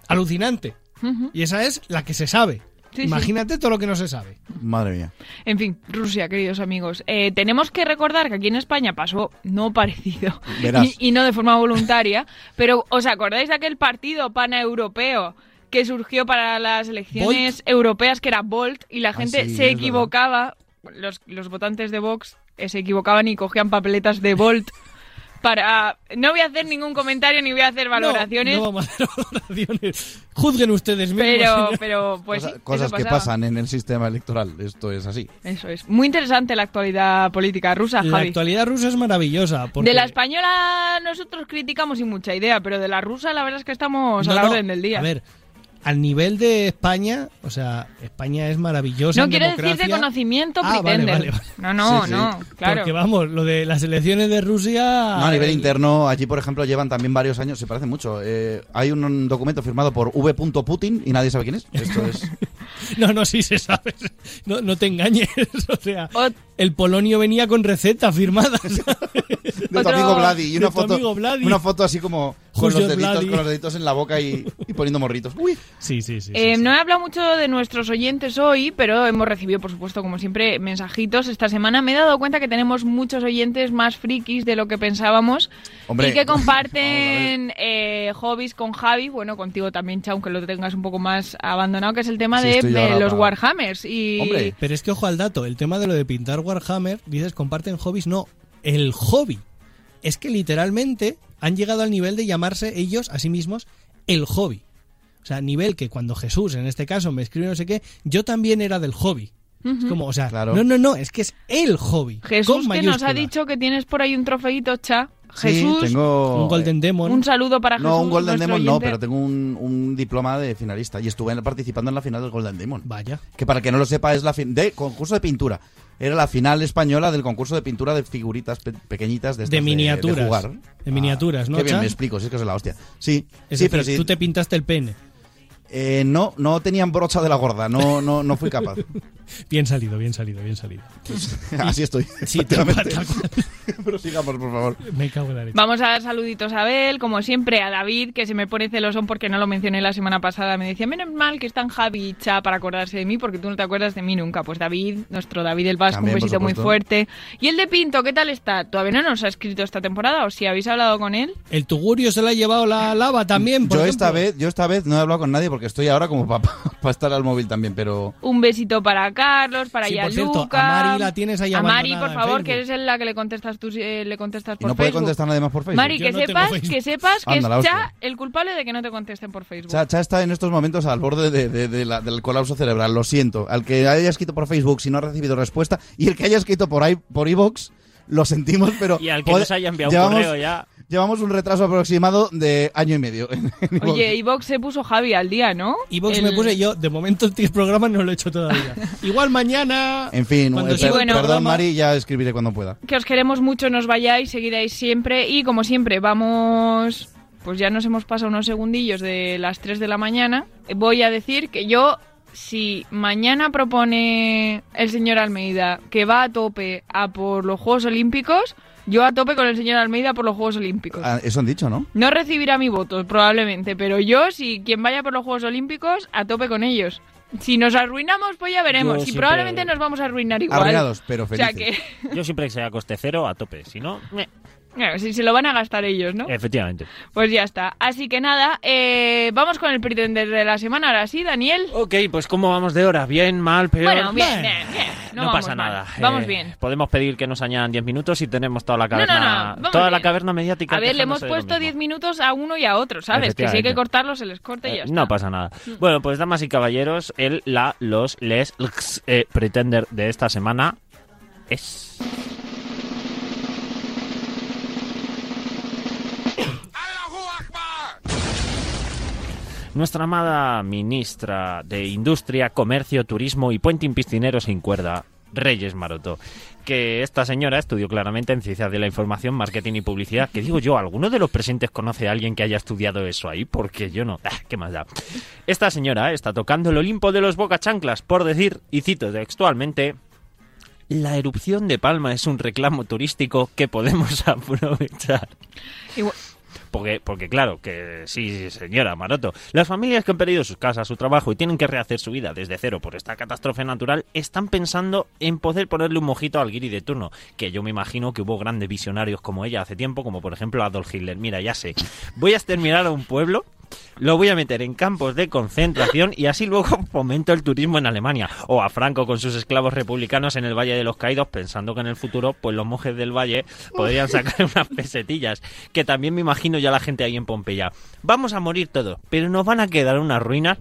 Speaker 1: alucinante.
Speaker 11: Ujú.
Speaker 1: Y esa es la que se sabe.
Speaker 11: Sí, sí.
Speaker 1: Imagínate todo lo que no se sabe.
Speaker 15: Madre mía.
Speaker 11: En fin, Rusia, queridos amigos. Eh, tenemos que recordar que aquí en España pasó no parecido
Speaker 15: Verás.
Speaker 11: y, y no de forma voluntaria, pero ¿os acordáis de aquel partido paneuropeo que surgió para las elecciones europeas, que era Volt, y la gente
Speaker 15: Ah, sí,
Speaker 11: se
Speaker 15: es
Speaker 11: equivocaba, los, los votantes de Vox eh, se equivocaban y cogían papeletas de Volt para... No voy a hacer ningún comentario ni voy a hacer valoraciones,
Speaker 1: No, no vamos a hacer valoraciones. Juzguen ustedes mismos.
Speaker 11: pero,
Speaker 1: señores.
Speaker 11: pero pues sí,
Speaker 15: Cosa-
Speaker 11: eso
Speaker 15: cosas que
Speaker 11: pasaba.
Speaker 15: pasan en el sistema electoral. Esto es así.
Speaker 11: Eso es. Muy interesante la actualidad política rusa,
Speaker 1: La
Speaker 11: Javi.
Speaker 1: actualidad rusa es maravillosa. Porque...
Speaker 11: De la española nosotros criticamos sin mucha idea, pero de la rusa la verdad es que estamos
Speaker 1: No,
Speaker 11: a la
Speaker 1: no,
Speaker 11: orden del día.
Speaker 1: A ver, al nivel de España, o sea, España es maravillosa.
Speaker 11: no
Speaker 1: en
Speaker 11: quiero decir de
Speaker 1: democracia.
Speaker 11: conocimiento
Speaker 1: Ah, vale,
Speaker 11: pretender.
Speaker 1: vale, vale.
Speaker 11: No, no,
Speaker 1: Sí, sí.
Speaker 11: no, claro.
Speaker 1: Porque vamos, lo de las elecciones de Rusia.
Speaker 15: No, a nivel
Speaker 1: eh,
Speaker 15: interno, allí por ejemplo llevan también varios años, se parece mucho. Eh, hay un, un documento firmado por V. Putin y nadie sabe quién es. Esto es.
Speaker 1: No, no, sí se sabe. No, no te engañes. O sea, el polonio venía con receta firmada.
Speaker 15: De tu amigo Vladi. Y una
Speaker 1: De tu
Speaker 15: foto,
Speaker 1: amigo Vladi.
Speaker 15: una foto así como con
Speaker 1: Julio
Speaker 15: los, deditos,
Speaker 1: Vladi.
Speaker 15: con los deditos en la boca y, y poniendo morritos. Uy.
Speaker 1: Sí, sí, sí.
Speaker 11: Eh, No he hablado mucho de nuestros oyentes hoy, pero hemos recibido, por supuesto, como siempre, mensajitos. Esta semana me he dado cuenta que tenemos muchos oyentes más frikis de lo que pensábamos
Speaker 15: Hombre.
Speaker 11: y que comparten eh, hobbies con Javi, bueno, contigo también, Chao, aunque lo tengas un poco más abandonado, que es el tema
Speaker 1: Sí,
Speaker 11: de
Speaker 1: estoy yo
Speaker 11: eh,
Speaker 1: ahora
Speaker 11: los
Speaker 1: pa-
Speaker 11: Warhammers. Y...
Speaker 1: Pero es que ojo al dato, el tema de lo de pintar Warhammer, dices comparten hobbies, no, el hobby. Es que literalmente han llegado al nivel de llamarse ellos a sí mismos el hobby. O sea, nivel que cuando Jesús, en este caso, me escribe no sé qué, yo también era del hobby. Es como, o sea, no, no, no, es que es el hobby.
Speaker 11: Jesús
Speaker 1: con
Speaker 11: que nos ha
Speaker 1: mayúscula.
Speaker 11: dicho que tienes por ahí un trofeito, cha.
Speaker 15: Sí,
Speaker 11: Jesús,
Speaker 15: tengo...
Speaker 1: Un Golden Demon.
Speaker 11: un saludo para Jesús.
Speaker 15: No, un Golden
Speaker 11: nuestro
Speaker 15: Demon no,
Speaker 11: oyente.
Speaker 15: pero tengo un, un diploma de finalista y estuve en- participando en la final del Golden Demon.
Speaker 1: Vaya.
Speaker 15: Que para el que no lo sepa es la fin de concurso de pintura. Era la final española del concurso de pintura de figuritas pe- pequeñitas de, estas
Speaker 1: de
Speaker 15: De,
Speaker 1: miniaturas.
Speaker 15: jugar.
Speaker 1: de miniaturas, ¿no?
Speaker 15: Qué bien
Speaker 1: Chan?
Speaker 15: me explico, si es que es la hostia. Sí,
Speaker 1: Es decir,
Speaker 15: sí, pero sí.
Speaker 1: tú te pintaste el pene.
Speaker 15: eh, no, no tenían brocha de la gorda, no, no, no fui capaz.
Speaker 1: Bien salido, bien salido, bien salido.
Speaker 15: Así estoy.
Speaker 1: Sí, tal cual,
Speaker 15: prácticamente.
Speaker 1: tal cual.
Speaker 15: pero sigamos, por favor.
Speaker 1: Me cago en la leche.
Speaker 11: Vamos a dar saluditos a Abel, como siempre, a David, que se me pone celosón porque no lo mencioné la semana pasada. Me decía, menos mal que están Javi y Cha para acordarse de mí, porque tú no te acuerdas de mí nunca. Pues David, nuestro David del Vasco,
Speaker 13: También,
Speaker 11: un
Speaker 13: por
Speaker 11: besito muy
Speaker 13: supuesto.
Speaker 11: fuerte. Y el de Pinto, ¿qué tal está? ¿Todavía no nos ha escrito esta temporada o si habéis hablado con él?
Speaker 1: El Tugurio se la ha llevado la lava también, por
Speaker 15: Yo esta,
Speaker 1: ejemplo.
Speaker 15: vez, yo esta vez no he hablado con nadie porque estoy ahora como para estar al móvil también, pero...
Speaker 11: Un besito para Carlos, para
Speaker 15: Sí, por
Speaker 11: Yaluca.
Speaker 15: cierto, a Mari la tienes ahí
Speaker 11: A Mari, por
Speaker 15: abandonada en
Speaker 11: favor,
Speaker 15: Facebook.
Speaker 11: que eres en la que le contestas tú, eh, le contestas
Speaker 15: Y
Speaker 11: por
Speaker 15: no puede
Speaker 11: Facebook.
Speaker 15: contestar nadie más por Facebook.
Speaker 11: Mari,
Speaker 15: Pues Yo
Speaker 11: que
Speaker 15: no tengo
Speaker 11: sepas,
Speaker 15: Facebook.
Speaker 11: que sepas que
Speaker 15: Anda, la
Speaker 11: es
Speaker 15: hostia.
Speaker 11: Cha el culpable de que no te contesten por Facebook.
Speaker 15: Cha, Cha está en estos momentos al borde de- de- de la- del colapso cerebral, lo siento. Al que haya escrito por Facebook si no ha recibido respuesta y el que haya escrito por ahí por iVoox, lo sentimos, pero...
Speaker 12: Y al que
Speaker 15: pod-
Speaker 12: nos haya enviado
Speaker 15: llevamos-
Speaker 12: un correo ya.
Speaker 15: Llevamos un retraso aproximado de año y medio.
Speaker 11: Oye, Ivox se puso Javi al día, ¿no?
Speaker 1: Vox me
Speaker 11: El-
Speaker 1: puse yo, de momento el programa no lo he hecho todavía. Igual mañana.
Speaker 15: en fin,
Speaker 1: Cuando
Speaker 15: eh,
Speaker 1: siga
Speaker 15: per-
Speaker 1: el
Speaker 15: perdón
Speaker 1: programa-
Speaker 15: Mari, ya escribiré cuando pueda.
Speaker 11: Que os queremos mucho, nos vayáis, seguid ahí siempre y como siempre vamos... Pues ya nos hemos pasado unos segundillos de las 3 de la mañana. Voy a decir que yo, si mañana propone el señor Almeida que va a tope a por los Juegos Olímpicos, yo a tope con el señor Almeida por los Juegos Olímpicos.
Speaker 15: Ah, Eso han dicho, ¿no?
Speaker 11: No recibirá mi voto, probablemente, pero yo, si quien vaya por los Juegos Olímpicos, a tope con ellos. Si nos arruinamos, pues ya
Speaker 12: Yo
Speaker 11: veremos. Y
Speaker 12: siempre-
Speaker 11: probablemente nos vamos a arruinar igual. O sea que,
Speaker 12: Yo siempre que sea coste cero, a tope. Si no, meh.
Speaker 11: bueno, si se lo van a gastar ellos,
Speaker 12: Eh.
Speaker 11: ¿no?
Speaker 12: efectivamente.
Speaker 11: Pues ya está. Así que nada, eh, vamos con el pretender de la semana. Ahora sí, Daniel.
Speaker 12: Ok, pues ¿cómo vamos de hora? ¿Bien, mal, peor?
Speaker 11: Bueno, bien, bien, bien.
Speaker 12: No,
Speaker 11: vamos
Speaker 12: pasa
Speaker 11: mal.
Speaker 12: nada.
Speaker 11: Vamos
Speaker 12: Eh,
Speaker 11: bien.
Speaker 12: Podemos pedir que nos añadan 10 minutos y tenemos toda la
Speaker 11: no,
Speaker 12: caverna,
Speaker 11: no, vamos
Speaker 12: toda la
Speaker 11: bien.
Speaker 12: caverna mediática.
Speaker 11: A ver, le hemos
Speaker 12: quejándose de lo
Speaker 11: puesto 10 minutos a uno y a otro, ¿sabes? Que si hay que
Speaker 12: Efectivamente.
Speaker 11: cortarlo, se les corta y ya
Speaker 12: Eh,
Speaker 11: está. Mm.
Speaker 12: No pasa nada. Bueno, pues damas y caballeros, el, la, los, les, lx, eh, pretender de esta semana es... Nuestra amada ministra de Industria, Comercio, Turismo y Puenting Piscinero sin cuerda, Reyes Maroto. Que esta señora estudió claramente en Ciencias de la Información, Marketing y Publicidad. Que digo yo, ¿alguno de los presentes conoce a alguien que haya estudiado eso ahí? Porque yo no. Ah, ¿Qué más da? Esta señora está tocando el Olimpo de los Bocachanclas, por decir, y cito textualmente. La erupción de Palma es un reclamo turístico que podemos aprovechar.
Speaker 11: Igual-
Speaker 12: Porque, porque claro, que sí, sí, señora Maroto, las familias que han perdido sus casas, su trabajo y tienen que rehacer su vida desde cero por esta catástrofe natural, están pensando en poder ponerle un mojito al guiri de turno, que yo me imagino que hubo grandes visionarios como ella hace tiempo, como por ejemplo Adolf Hitler. Mira, ya sé, voy a exterminar a un pueblo, lo voy a meter en campos de concentración y así luego fomento el turismo en Alemania. O a Franco con sus esclavos republicanos en el Valle de los Caídos, pensando que en el futuro, pues los monjes del Valle podrían sacar unas pesetillas. Que también me imagino ya la gente ahí en Pompeya. Vamos a morir todos, pero nos van a quedar unas ruinas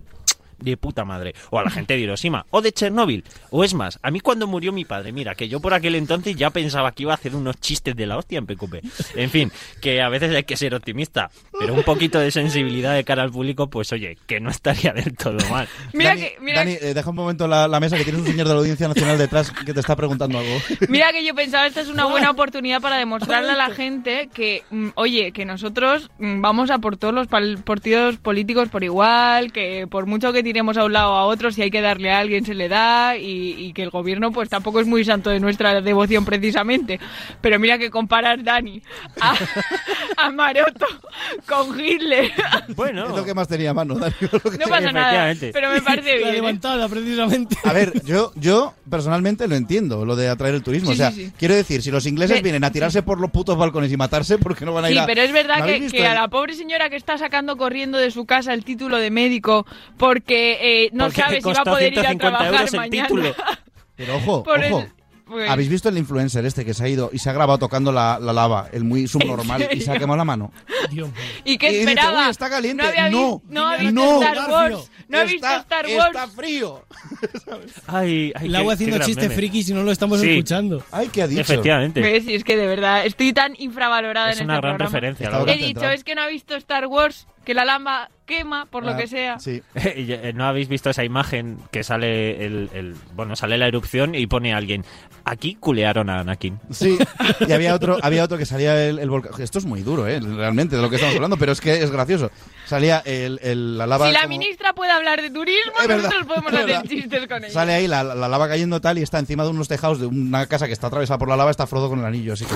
Speaker 12: de puta madre. O a la gente de Hiroshima. O de Chernóbil. O es más, a mí cuando murió mi padre, mira, que yo por aquel entonces ya pensaba que iba a hacer unos chistes de la hostia en PQP. En fin, que a veces hay que ser optimista. Pero un poquito de sensibilidad de cara al público, pues oye, que no estaría del todo mal.
Speaker 11: Mira
Speaker 15: Dani,
Speaker 11: que- mira
Speaker 15: Dani, eh, deja un momento la, la mesa que tienes un señor de la Audiencia Nacional detrás que te está preguntando algo.
Speaker 11: Mira que yo pensaba, esta es una buena oportunidad para demostrarle a la gente que, mm, oye, que nosotros mm, vamos a por todos los pal- partidos políticos por igual, que por mucho que tiremos a un lado o a otro, si hay que darle a alguien se le da y, y que el gobierno pues tampoco es muy santo de nuestra devoción precisamente. Pero mira que comparar Dani a, a Maroto con Hitler,
Speaker 12: Bueno.
Speaker 15: Es lo que más tenía a mano, Dani.
Speaker 11: no pasa nada, pero me parece bien. ¿eh?
Speaker 1: precisamente.
Speaker 15: A ver, yo, yo personalmente lo entiendo, lo de atraer el turismo.
Speaker 11: Sí,
Speaker 15: o sea,
Speaker 11: sí, sí.
Speaker 15: quiero decir, si los ingleses
Speaker 11: Ve-
Speaker 15: vienen a tirarse por los putos balcones y matarse, ¿por qué no van a ir
Speaker 11: Sí,
Speaker 15: a...?
Speaker 11: pero es verdad
Speaker 15: ¿No
Speaker 11: que,
Speaker 15: habéis visto
Speaker 11: que a
Speaker 15: el-
Speaker 11: la pobre señora que está sacando corriendo de su casa el título de médico porque eh, no
Speaker 12: Porque
Speaker 11: sabe si va a
Speaker 12: costó
Speaker 11: poder ir a
Speaker 12: 150
Speaker 11: trabajar
Speaker 12: euros el
Speaker 11: mañana.
Speaker 12: título.
Speaker 15: Pero ojo,
Speaker 11: Por
Speaker 15: ojo.
Speaker 11: el- Pues-
Speaker 15: ¿Habéis visto el influencer este que se ha ido y se ha grabado tocando la, la lava, el muy subnormal, y se ha
Speaker 11: serio?
Speaker 15: quemado la mano?
Speaker 11: ¿Y qué
Speaker 15: Y dice,
Speaker 11: esperaba?
Speaker 15: "Uy, está caliente".
Speaker 11: No había vi-
Speaker 15: No,
Speaker 11: no ha visto
Speaker 15: no,
Speaker 11: Star Wars.
Speaker 15: Garfio,
Speaker 11: No ha visto
Speaker 15: está-
Speaker 11: Star
Speaker 15: está
Speaker 11: Wars.
Speaker 15: frío.
Speaker 12: Ay, ay,
Speaker 1: La
Speaker 12: qué-
Speaker 1: voy
Speaker 12: qué
Speaker 1: haciendo
Speaker 12: gran
Speaker 1: chistes
Speaker 12: meme.
Speaker 1: frikis y no lo estamos
Speaker 12: Sí.
Speaker 1: escuchando.
Speaker 15: Ay, ¿qué ha
Speaker 12: dicho? Efectivamente.
Speaker 11: ¿Ves? Y es que de verdad estoy tan infravalorada
Speaker 12: Es
Speaker 11: en
Speaker 12: una
Speaker 11: este
Speaker 12: gran
Speaker 11: programa.
Speaker 12: referencia, la
Speaker 11: He
Speaker 12: verdad.
Speaker 11: dicho, es que no ha visto Star Wars, que la lamba quema, por
Speaker 15: Ah,
Speaker 11: lo que sea.
Speaker 12: Y, eh, ¿No habéis visto esa imagen que sale el, el- bueno sale la erupción y pone alguien aquí culearon a Anakin?
Speaker 15: Sí, y había otro, había otro que salía el, el volcán. Esto es muy duro, ¿eh? realmente, de lo que estamos hablando, pero es que es gracioso. Salía el, el- la lava.
Speaker 11: si la
Speaker 15: como-
Speaker 11: ministra puede hablar de turismo,
Speaker 15: verdad,
Speaker 11: nosotros podemos
Speaker 15: es
Speaker 11: hacer
Speaker 15: verdad.
Speaker 11: chistes con ella.
Speaker 15: Sale ahí la, la- la lava cayendo tal y está encima de unos tejados de una casa que está atravesada por la lava, está Frodo con el anillo. Así que,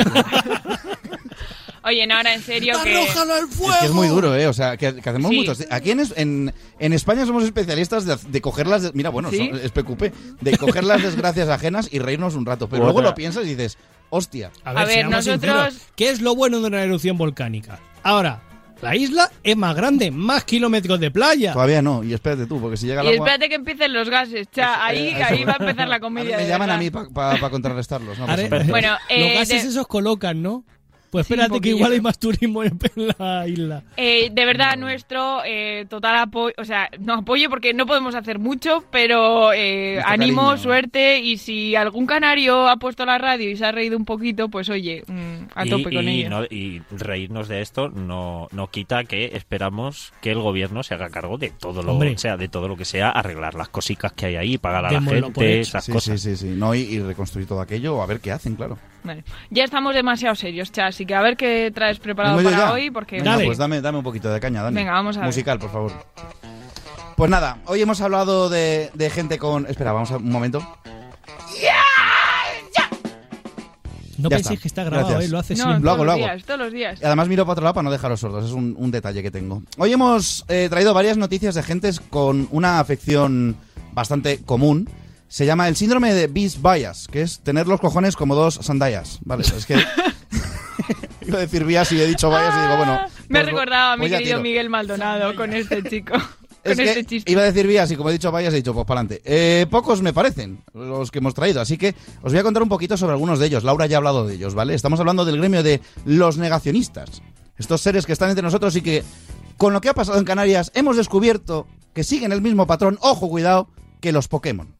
Speaker 11: Oye, no, ahora en serio que...
Speaker 15: al fuego! Es, que es muy duro, ¿eh? O sea, que, que hacemos
Speaker 11: Sí.
Speaker 15: muchos. Aquí en, es- en, en España somos especialistas de, de coger las... de- mira, bueno,
Speaker 11: ¿Sí?
Speaker 15: son- es PQP. De coger las desgracias ajenas y reírnos un rato. Pero luego
Speaker 1: Otra.
Speaker 15: lo piensas y dices, hostia.
Speaker 1: A ver, seamos sinceros. ¿Qué es lo bueno de una erupción volcánica? Ahora, la isla es más grande, más kilómetros de playa.
Speaker 15: Todavía no, y espérate tú, porque si llega el
Speaker 11: Y
Speaker 15: agua...
Speaker 11: espérate que empiecen los gases, cha, ahí,
Speaker 15: eh, eso.
Speaker 11: ahí va a empezar la
Speaker 15: A mí
Speaker 11: comedia.
Speaker 15: me
Speaker 11: de
Speaker 15: llaman a
Speaker 11: verdad.
Speaker 15: mí para contrarrestarlos. no pasa
Speaker 1: Are-
Speaker 15: nada.
Speaker 11: Bueno, eh,
Speaker 1: Los gases
Speaker 11: de-
Speaker 1: esos colocan, ¿no? Pues
Speaker 11: Sí, un
Speaker 1: espérate que
Speaker 11: poquillo.
Speaker 1: igual hay más turismo en la isla.
Speaker 11: Eh, de
Speaker 15: Mm.
Speaker 11: verdad, nuestro eh, total apoyo, o sea, no apoyo porque no podemos hacer mucho, pero eh,
Speaker 15: Nuestro
Speaker 11: ánimo,
Speaker 15: cariño.
Speaker 11: suerte y si algún canario ha puesto la radio y se ha reído un poquito, pues oye, mm, a
Speaker 12: Y-
Speaker 11: tope con
Speaker 12: y
Speaker 11: ello.
Speaker 12: no- y reírnos de esto no, no quita que esperamos que el gobierno se haga cargo de todo lo
Speaker 15: Hombre.
Speaker 12: o sea, de todo lo que sea, arreglar las cositas que hay ahí, pagar a la
Speaker 15: Démoslo por
Speaker 12: gente,
Speaker 15: hecho.
Speaker 12: esas
Speaker 15: sí,
Speaker 12: cosas.
Speaker 15: Sí, sí, sí. No, y, y reconstruir todo aquello, a ver qué hacen, claro.
Speaker 11: Vale. Ya estamos demasiado serios, cha, así que a ver qué traes preparado
Speaker 15: ¿Vengo yo
Speaker 11: para
Speaker 15: ya?
Speaker 11: hoy, porque
Speaker 15: Venga, pues dame, dame un poquito de caña, Dani.
Speaker 11: Venga, vamos a ver.
Speaker 15: Musical, por favor. Pues nada, hoy hemos hablado de, de gente con... Espera, vamos a un momento.
Speaker 1: No
Speaker 15: Ya
Speaker 1: penséis
Speaker 15: está.
Speaker 1: que está grabado,
Speaker 15: Gracias.
Speaker 1: ¿eh? lo haces
Speaker 11: No,
Speaker 1: siempre.
Speaker 15: Lo hago,
Speaker 11: todos
Speaker 15: lo
Speaker 11: los
Speaker 15: hago.
Speaker 11: días, todos los días.
Speaker 15: Y Además miro para otro lado para no dejaros sordos, es un, un detalle que tengo. Hoy hemos eh, traído varias noticias de gentes con una afección bastante común. Se llama el síndrome de Beast Bias, que es tener los cojones como dos sandalias. Vale, es que... Iba a decir bias y he dicho bias y pues, digo, bueno...
Speaker 11: Ah, Me
Speaker 15: pues-
Speaker 11: he recordado a mi
Speaker 15: pues ya
Speaker 11: querido
Speaker 15: tiro.
Speaker 11: Miguel Maldonado con este chico, con
Speaker 15: Es que
Speaker 11: este chiste.
Speaker 15: iba a decir vías y como he dicho vayas he dicho pues para adelante. pocos me parecen los que hemos traído, así que os voy a contar un poquito sobre algunos de ellos. Laura ya ha hablado de ellos, ¿vale? Estamos hablando del gremio de los negacionistas. Estos seres que están entre nosotros y que con lo que ha pasado en Canarias hemos descubierto que siguen el mismo patrón, ojo cuidado, que los Pokémon.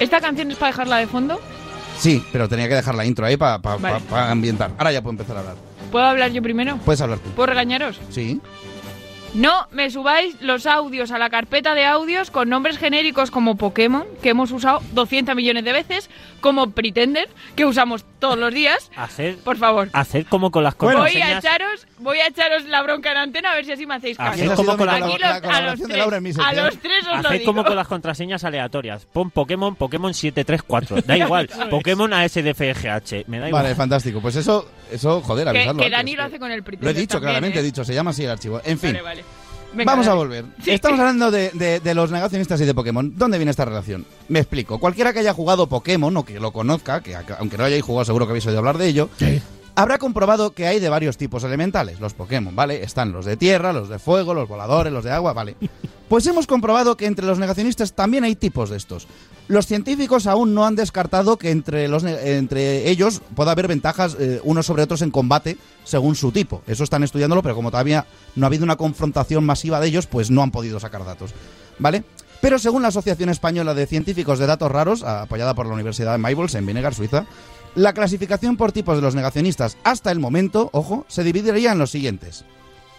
Speaker 11: ¿Esta canción es para dejarla de fondo?
Speaker 15: Sí, pero tenía que dejar la intro ahí para
Speaker 11: Vale.
Speaker 15: ambientar. Ahora ya puedo empezar a hablar.
Speaker 11: ¿Puedo hablar yo primero?
Speaker 15: Puedes hablar tú.
Speaker 11: ¿Puedo regañaros?
Speaker 15: Sí.
Speaker 11: No me subáis los audios a la carpeta de audios con nombres genéricos como Pokémon, que hemos usado 200 millones de veces, como Pretender, que usamos todos los días.
Speaker 12: Hacer,
Speaker 11: Por favor.
Speaker 15: Ah,
Speaker 12: hacer como con las cosas.
Speaker 15: pues
Speaker 11: voy a echaros, voy a echaros la bronca en antena a ver si así me hacéis
Speaker 15: Ah,
Speaker 12: Haced
Speaker 11: caso.
Speaker 12: como con la-
Speaker 11: Aquí los-
Speaker 12: la
Speaker 11: a los
Speaker 12: colaboración de
Speaker 11: tres,
Speaker 12: Laura en mi
Speaker 11: a
Speaker 12: sección.
Speaker 11: los tres os lo
Speaker 12: Hacéis
Speaker 11: digo.
Speaker 12: como con las contraseñas aleatorias. Pon Pokémon, Pokémon 734. Da igual.
Speaker 11: Eso es.
Speaker 12: Pokémon ASDFGH. Me da igual.
Speaker 15: Vale, fantástico. Pues eso, eso, joder,
Speaker 11: que,
Speaker 15: avisadlo.
Speaker 11: que
Speaker 15: antes.
Speaker 11: Dani lo hace con el Pretender
Speaker 15: Lo he dicho
Speaker 11: también,
Speaker 15: claramente,
Speaker 11: ¿eh?
Speaker 15: he dicho, se llama así el archivo. En fin.
Speaker 11: Vale, vale. Venga,
Speaker 15: Vamos a
Speaker 11: dale.
Speaker 15: volver. Estamos hablando de, de- de los negacionistas y de Pokémon. ¿Dónde viene esta relación? Me explico. Cualquiera que haya jugado Pokémon o que lo conozca, que a- aunque no hayáis jugado seguro que habéis oído hablar de ello, habrá comprobado que hay de varios tipos elementales, los Pokémon, ¿vale? Están los de tierra, los de fuego, los voladores, los de agua, ¿vale? Pues hemos comprobado que entre los negacionistas también hay tipos de estos. Los científicos aún no han descartado que entre, los ne- entre ellos pueda haber ventajas eh, unos sobre otros en combate según su tipo. Eso están estudiándolo, pero como todavía no ha habido una confrontación masiva de ellos, pues no han podido sacar datos. ¿Vale? Pero según la Asociación Española de Científicos de Datos Raros, apoyada por la Universidad de Maybols en Vinegar, Suiza, la clasificación por tipos de los negacionistas hasta el momento, ojo, se dividiría en los siguientes.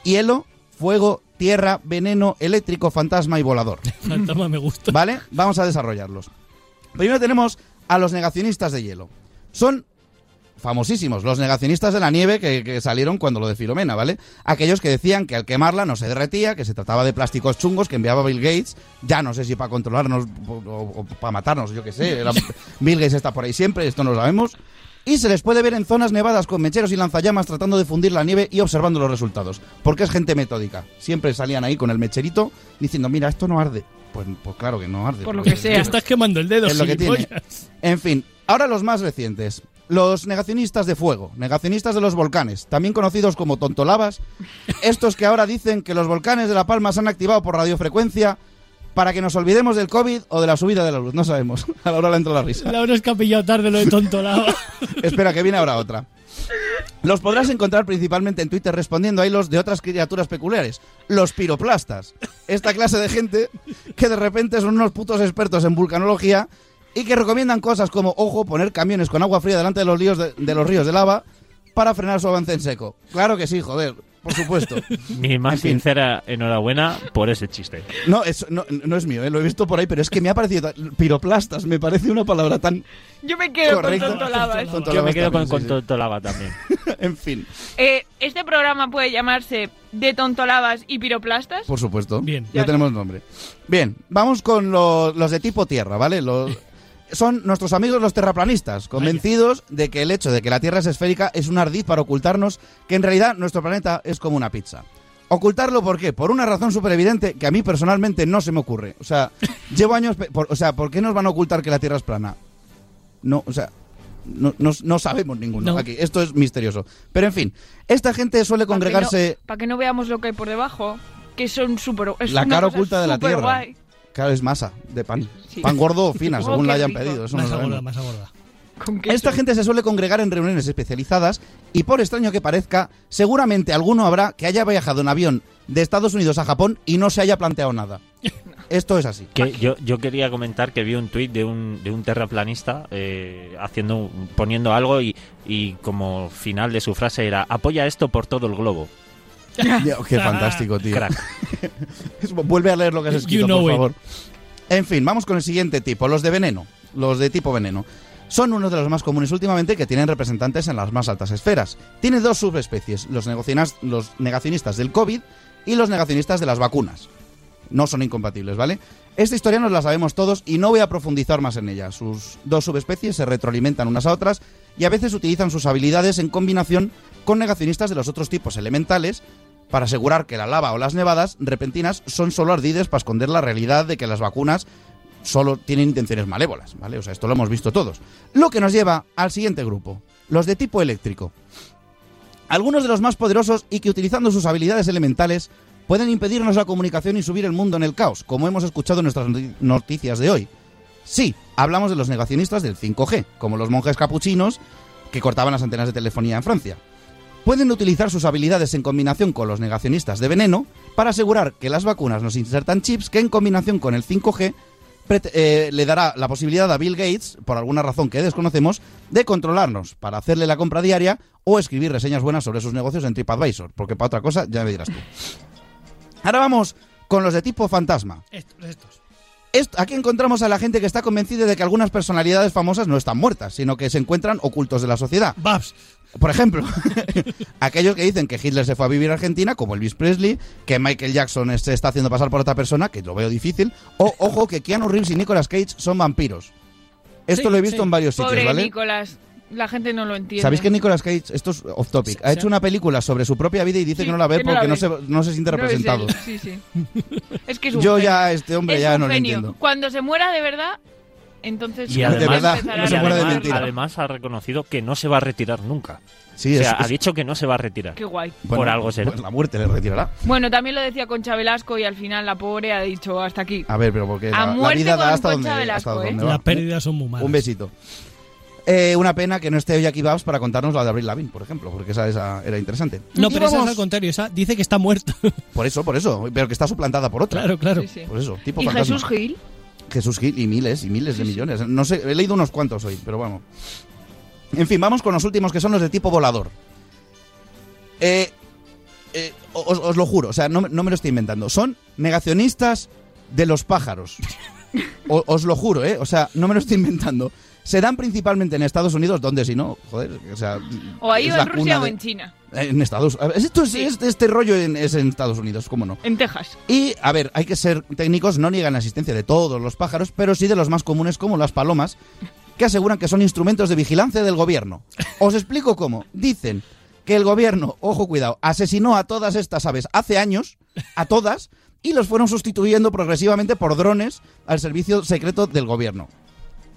Speaker 15: Hielo, fuego, tierra, veneno, eléctrico, fantasma y volador.
Speaker 1: Fantasma me gusta.
Speaker 15: ¿Vale? Vamos a desarrollarlos. Primero tenemos a los negacionistas de hielo. Son famosísimos, los negacionistas de la nieve que, que salieron cuando lo de Filomena, ¿vale? Aquellos que decían que al quemarla no se derretía, que se trataba de plásticos chungos que enviaba Bill Gates, ya no sé si para controlarnos o, o- o para matarnos, yo qué sé, era- Bill Gates está por ahí siempre, esto no lo sabemos. Y se les puede ver en zonas nevadas con mecheros y lanzallamas tratando de fundir la nieve y observando los resultados, porque es gente metódica. Siempre salían ahí con el mecherito diciendo, mira, esto no arde. Pues, pues claro que no arde.
Speaker 1: Por lo
Speaker 15: Pues-
Speaker 1: que sea. Te estás quemando el dedo,
Speaker 15: Es lo que tiene.
Speaker 1: gilipollas.
Speaker 15: En fin, ahora los más recientes. Los negacionistas de fuego, negacionistas de los volcanes, también conocidos como tontolavas, estos que ahora dicen que los volcanes de La Palma se han activado por radiofrecuencia para que nos olvidemos del COVID o de la subida de la luz, no sabemos. A Laura le entró la risa.
Speaker 1: Laura es que ha pillado tarde lo de tontolava.
Speaker 15: Espera, que viene ahora otra. Los podrás encontrar principalmente en Twitter respondiendo a hilos de otras criaturas peculiares, los piroplastas. Esta clase de gente que de repente son unos putos expertos en vulcanología y que recomiendan cosas como, ojo, poner camiones con agua fría delante de los, líos de, de los ríos de lava para frenar su avance en seco. Claro que sí, joder, por supuesto.
Speaker 12: Mi más
Speaker 15: En fin.
Speaker 12: sincera enhorabuena por ese chiste.
Speaker 15: No, es, no, no es mío, eh, lo he visto por ahí, pero es que me ha parecido... tan- Piroplastas, me parece una palabra tan...
Speaker 11: Yo me quedo
Speaker 15: Correcto.
Speaker 11: con Tontolabas.
Speaker 12: Yo me
Speaker 15: Tontolabas
Speaker 12: quedo con,
Speaker 15: también,
Speaker 12: con
Speaker 15: sí, sí.
Speaker 12: Tontolava también.
Speaker 15: en fin,
Speaker 11: Eh, este programa puede llamarse De Tontolabas y Piroplastas.
Speaker 15: por supuesto. Bien.
Speaker 11: Ya
Speaker 15: Ya tenemos nombre. Bien, vamos con los, los de tipo tierra, ¿vale? Los, son nuestros amigos los terraplanistas, convencidos de que el hecho de que la Tierra es esférica es un ardid para ocultarnos que en realidad nuestro planeta es como una pizza. Ocultarlo, ¿por qué? Por una razón súper evidente que a mí personalmente no se me ocurre. O sea, llevo años... pe- por- o sea, ¿por qué nos van a ocultar que la Tierra es plana? No, o sea, no, no- no sabemos ninguno aquí. Esto es misterioso. Pero en fin, esta gente suele congregarse...
Speaker 11: Para que no veamos lo que hay por debajo, que son súper. es
Speaker 15: La
Speaker 11: una
Speaker 15: cara
Speaker 11: cosa
Speaker 15: oculta de la Tierra.
Speaker 11: superguay.
Speaker 15: Claro, es masa de pan.
Speaker 11: Sí.
Speaker 15: Pan gordo o fina,
Speaker 11: Oh,
Speaker 15: según la
Speaker 11: qué
Speaker 15: hayan
Speaker 11: rico.
Speaker 15: pedido. Eso no
Speaker 1: Masa
Speaker 15: lo sabemos.
Speaker 1: gorda, masa gorda.
Speaker 11: Con queso.
Speaker 15: Esta gente se suele congregar en reuniones especializadas y por extraño que parezca, seguramente alguno habrá que haya viajado en avión de Estados Unidos a Japón y no se haya planteado nada. Esto es así.
Speaker 12: Que yo, yo quería comentar que vi un tuit de un, de un terraplanista eh, haciendo un- poniendo algo y, y como final de su frase era apoya esto por todo el globo.
Speaker 15: Ya, Qué fantástico, tío.
Speaker 12: Crack.
Speaker 15: Vuelve a leer lo que has
Speaker 12: You
Speaker 15: escrito,
Speaker 12: know
Speaker 15: por
Speaker 12: it.
Speaker 15: favor. En fin, vamos con el siguiente tipo, los de veneno. Los de tipo veneno. Son uno de los más comunes últimamente que tienen representantes en las más altas esferas. Tiene dos subespecies, los, negocinas- los negacionistas del COVID y los negacionistas de las vacunas. No son incompatibles, ¿vale? Esta historia nos la sabemos todos y no voy a profundizar más en ella. Sus dos subespecies se retroalimentan unas a otras y a veces utilizan sus habilidades en combinación con negacionistas de los otros tipos elementales para asegurar que la lava o las nevadas repentinas son solo ardides para esconder la realidad de que las vacunas solo tienen intenciones malévolas, ¿vale? O sea, esto lo hemos visto todos. Lo que nos lleva al siguiente grupo, los de tipo eléctrico. Algunos de los más poderosos y que utilizando sus habilidades elementales pueden impedirnos la comunicación y subir el mundo en el caos, como hemos escuchado en nuestras noti- noticias de hoy. Sí, hablamos de los negacionistas del 5G, como los monjes capuchinos que cortaban las antenas de telefonía en Francia. Pueden utilizar sus habilidades en combinación con los negacionistas de veneno para asegurar que las vacunas nos insertan chips que en combinación con el 5G pret- eh, le dará la posibilidad a Bill Gates, por alguna razón que desconocemos, de controlarnos para hacerle la compra diaria o escribir reseñas buenas sobre sus negocios en TripAdvisor, porque para otra cosa ya me dirás tú. Ahora vamos con los de tipo fantasma.
Speaker 1: Estos, estos.
Speaker 15: Esto- aquí encontramos a la gente que está convencida de que algunas personalidades famosas no están muertas, sino que se encuentran ocultos de la sociedad.
Speaker 1: Babs.
Speaker 15: Por ejemplo, aquellos que dicen que Hitler se fue a vivir a Argentina, como Elvis Presley, que Michael Jackson se está haciendo pasar por otra persona, que lo veo difícil, o ojo que Keanu Reeves y Nicolas Cage son vampiros. Esto
Speaker 11: Sí,
Speaker 15: lo he visto
Speaker 11: sí.
Speaker 15: en varios sitios,
Speaker 11: Pobre
Speaker 15: ¿vale?
Speaker 11: Nicolás, la gente no lo entiende.
Speaker 15: ¿Sabéis que Nicolas Cage, esto es off topic, ha
Speaker 11: Sí.
Speaker 15: hecho una película sobre su propia vida y dice
Speaker 11: Sí,
Speaker 15: que no la ve
Speaker 11: que no la
Speaker 15: porque no,
Speaker 11: ve.
Speaker 15: se, no se siente
Speaker 11: No es él,
Speaker 15: representado?
Speaker 11: sí, sí. Es que es un
Speaker 15: Yo
Speaker 11: genio.
Speaker 15: ya a este hombre
Speaker 11: Es
Speaker 15: ya
Speaker 11: un
Speaker 15: no lo
Speaker 11: genio.
Speaker 15: entiendo.
Speaker 11: Cuando se muera de verdad, entonces.
Speaker 12: Y además,
Speaker 15: verdad, no se
Speaker 12: y
Speaker 15: muera de
Speaker 12: además-
Speaker 15: mentira.
Speaker 12: además ha reconocido que no se va a retirar nunca.
Speaker 15: Sí,
Speaker 12: o sea,
Speaker 15: es- es-
Speaker 12: ha dicho que no se va a retirar.
Speaker 11: Qué guay.
Speaker 12: Por algo será.
Speaker 15: Pues la muerte le retirará.
Speaker 11: Bueno, también lo decía Concha Velasco y al final la pobre ha dicho hasta aquí.
Speaker 15: A ver, pero porque
Speaker 11: A
Speaker 15: la, la
Speaker 11: muerte
Speaker 15: vida
Speaker 11: con
Speaker 15: da hasta
Speaker 11: Concha
Speaker 15: donde,
Speaker 11: Velasco,
Speaker 15: hasta
Speaker 11: ¿eh?
Speaker 15: donde va.
Speaker 1: Las pérdidas son muy malas.
Speaker 15: Un besito. Eh, una pena que no esté hoy aquí Babs para contarnos la de Abril Lavín, por ejemplo, porque esa, esa era interesante.
Speaker 1: No,
Speaker 15: Y
Speaker 1: pero esa es
Speaker 15: vamos-
Speaker 1: al contrario. Esa dice que está muerta.
Speaker 15: Por eso, por eso, pero que está suplantada por otra.
Speaker 1: Claro, claro.
Speaker 11: Sí, sí.
Speaker 15: Por eso, tipo
Speaker 11: ¿Y
Speaker 15: fantasma.
Speaker 11: Jesús Gil?
Speaker 15: Jesús Gil y miles y miles de millones. No sé, he leído unos cuantos hoy, pero vamos. En fin, vamos con los últimos que son los de tipo volador. Eh, eh, os, os lo juro, o sea, no, me- no me lo estoy inventando. Son negacionistas de los pájaros. O- os lo juro, ¿eh? O sea, no me lo estoy inventando. Se dan principalmente en Estados Unidos, donde si no, joder, o sea...
Speaker 11: O ahí
Speaker 15: es
Speaker 11: o
Speaker 15: la
Speaker 11: en Rusia
Speaker 15: cuna
Speaker 11: o
Speaker 15: de-
Speaker 11: en China.
Speaker 15: En Estados a ver, Esto es, es- este rollo en- es en Estados Unidos, ¿cómo no?
Speaker 11: En Texas.
Speaker 15: Y, a ver, hay que ser técnicos, no niegan la existencia de todos los pájaros, pero sí de los más comunes como las palomas, que aseguran que son instrumentos de vigilancia del gobierno. Os explico cómo. Dicen que el gobierno, ojo cuidado, asesinó a todas estas aves hace años, a todas, y los fueron sustituyendo progresivamente por drones al servicio secreto del gobierno.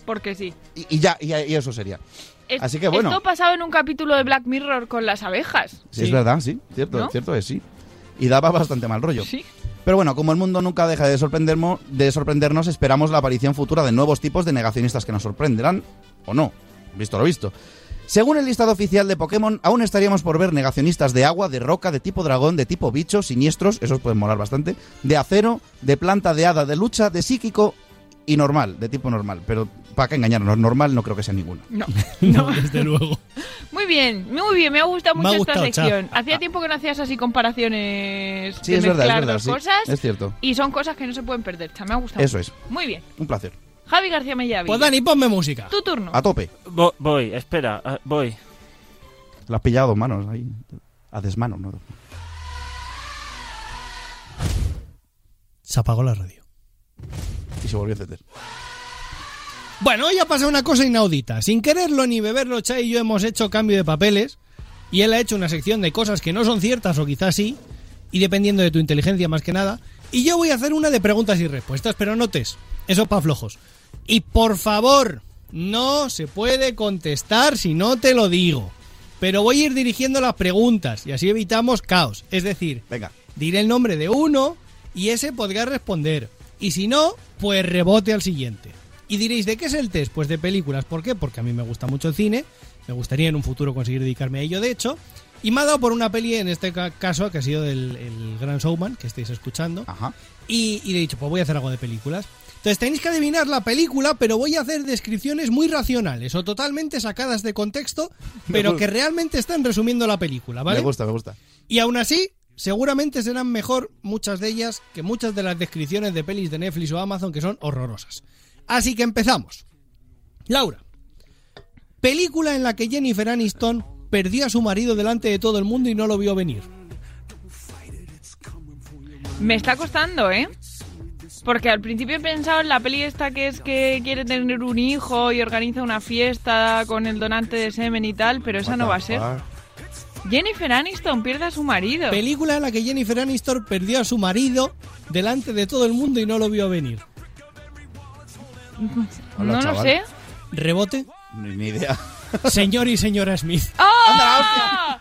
Speaker 11: Porque sí.
Speaker 15: Y, y ya, y, y eso sería.
Speaker 11: es-
Speaker 15: Así que bueno.
Speaker 11: Esto pasaba en un capítulo de Black Mirror con las abejas.
Speaker 15: Sí, es verdad, sí, cierto,
Speaker 11: ¿No?
Speaker 15: cierto es sí. Y daba bastante mal rollo.
Speaker 11: Sí.
Speaker 15: Pero bueno, como el mundo nunca deja de, sorprendermo- de sorprendernos, esperamos la aparición futura de nuevos tipos de negacionistas que nos sorprenderán, o no, visto lo visto. Según el listado oficial de Pokémon, aún estaríamos por ver negacionistas de agua, de roca, de tipo dragón, de tipo bicho, siniestros, esos pueden molar bastante, de acero, de planta, de hada, de lucha, de psíquico y normal, de tipo normal. Pero para qué engañarnos, normal no creo que sea ninguno.
Speaker 11: No.
Speaker 1: No,
Speaker 15: este-
Speaker 1: desde luego.
Speaker 11: Muy bien, muy bien, me ha gustado
Speaker 15: Me
Speaker 11: mucho
Speaker 15: ha gustado, Ah.
Speaker 11: esta sección. Hacía tiempo que no hacías así comparaciones
Speaker 15: Sí,
Speaker 11: de
Speaker 15: es verdad, es
Speaker 11: mezclar
Speaker 15: verdad,
Speaker 11: dos
Speaker 15: sí,
Speaker 11: cosas.
Speaker 15: es cierto.
Speaker 11: Y son cosas que no se pueden perder, cha, me ha gustado.
Speaker 15: Eso
Speaker 11: mucho.
Speaker 15: es.
Speaker 11: Muy bien.
Speaker 15: Un placer.
Speaker 11: Javi García Mellavi.
Speaker 12: Pues Dani,
Speaker 1: ponme música.
Speaker 11: Tu turno.
Speaker 15: A tope.
Speaker 12: Vo- voy, espera, ah, voy.
Speaker 15: La has pillado dos manos ahí. A desmano, ¿no?
Speaker 1: Se apagó la radio.
Speaker 15: Y se volvió a encender.
Speaker 1: Bueno, hoy ha pasado una cosa inaudita. Sin quererlo ni beberlo, Chai y yo hemos hecho cambio de papeles. Y él ha hecho una sección de cosas que no son ciertas o quizás sí. Y dependiendo de tu inteligencia más que nada. Y yo voy a hacer una de preguntas y respuestas, pero notes. Eso para flojos. Y por favor, no se puede contestar si no te lo digo. Pero voy a ir dirigiendo las preguntas y así evitamos caos. Es decir,
Speaker 15: Venga.
Speaker 1: diré el nombre de uno y ese podrá responder. Y si no, pues rebote al siguiente. Y diréis, ¿de qué es el test? Pues de películas. ¿Por qué? Porque a mí me gusta mucho el cine. Me gustaría en un futuro conseguir dedicarme a ello, de hecho. Y me ha dado por una peli, en este ca- caso, que ha sido del el Gran Showman, que estáis escuchando.
Speaker 15: Ah.
Speaker 1: Y, y le he dicho, pues voy a hacer algo de películas. Entonces tenéis que adivinar la película, pero voy a hacer descripciones muy racionales o totalmente sacadas de contexto,
Speaker 15: Me
Speaker 1: pero
Speaker 15: gusta.
Speaker 1: que realmente están resumiendo la película, Ah, ¿vale?
Speaker 15: pues Me gusta, me gusta.
Speaker 1: Y aún así, seguramente serán mejor muchas de ellas que muchas de las descripciones de pelis de Netflix o Amazon que son horrorosas. Así que empezamos. Laura, película en la que Jennifer Aniston perdió a su marido delante de todo el mundo y no lo vio venir.
Speaker 11: Me está costando, ¿eh? Porque al principio he pensado en la peli esta que es que quiere tener un hijo y organiza una fiesta con el donante de semen y tal, pero esa no va a ser. Jennifer Aniston pierde a su marido.
Speaker 1: Película en la que Jennifer Aniston perdió a su marido delante de todo el mundo y no lo vio venir.
Speaker 11: no lo sé.
Speaker 1: Rebote.
Speaker 15: Ni, idea.
Speaker 1: Señor y señora Smith.
Speaker 11: ¡Ah!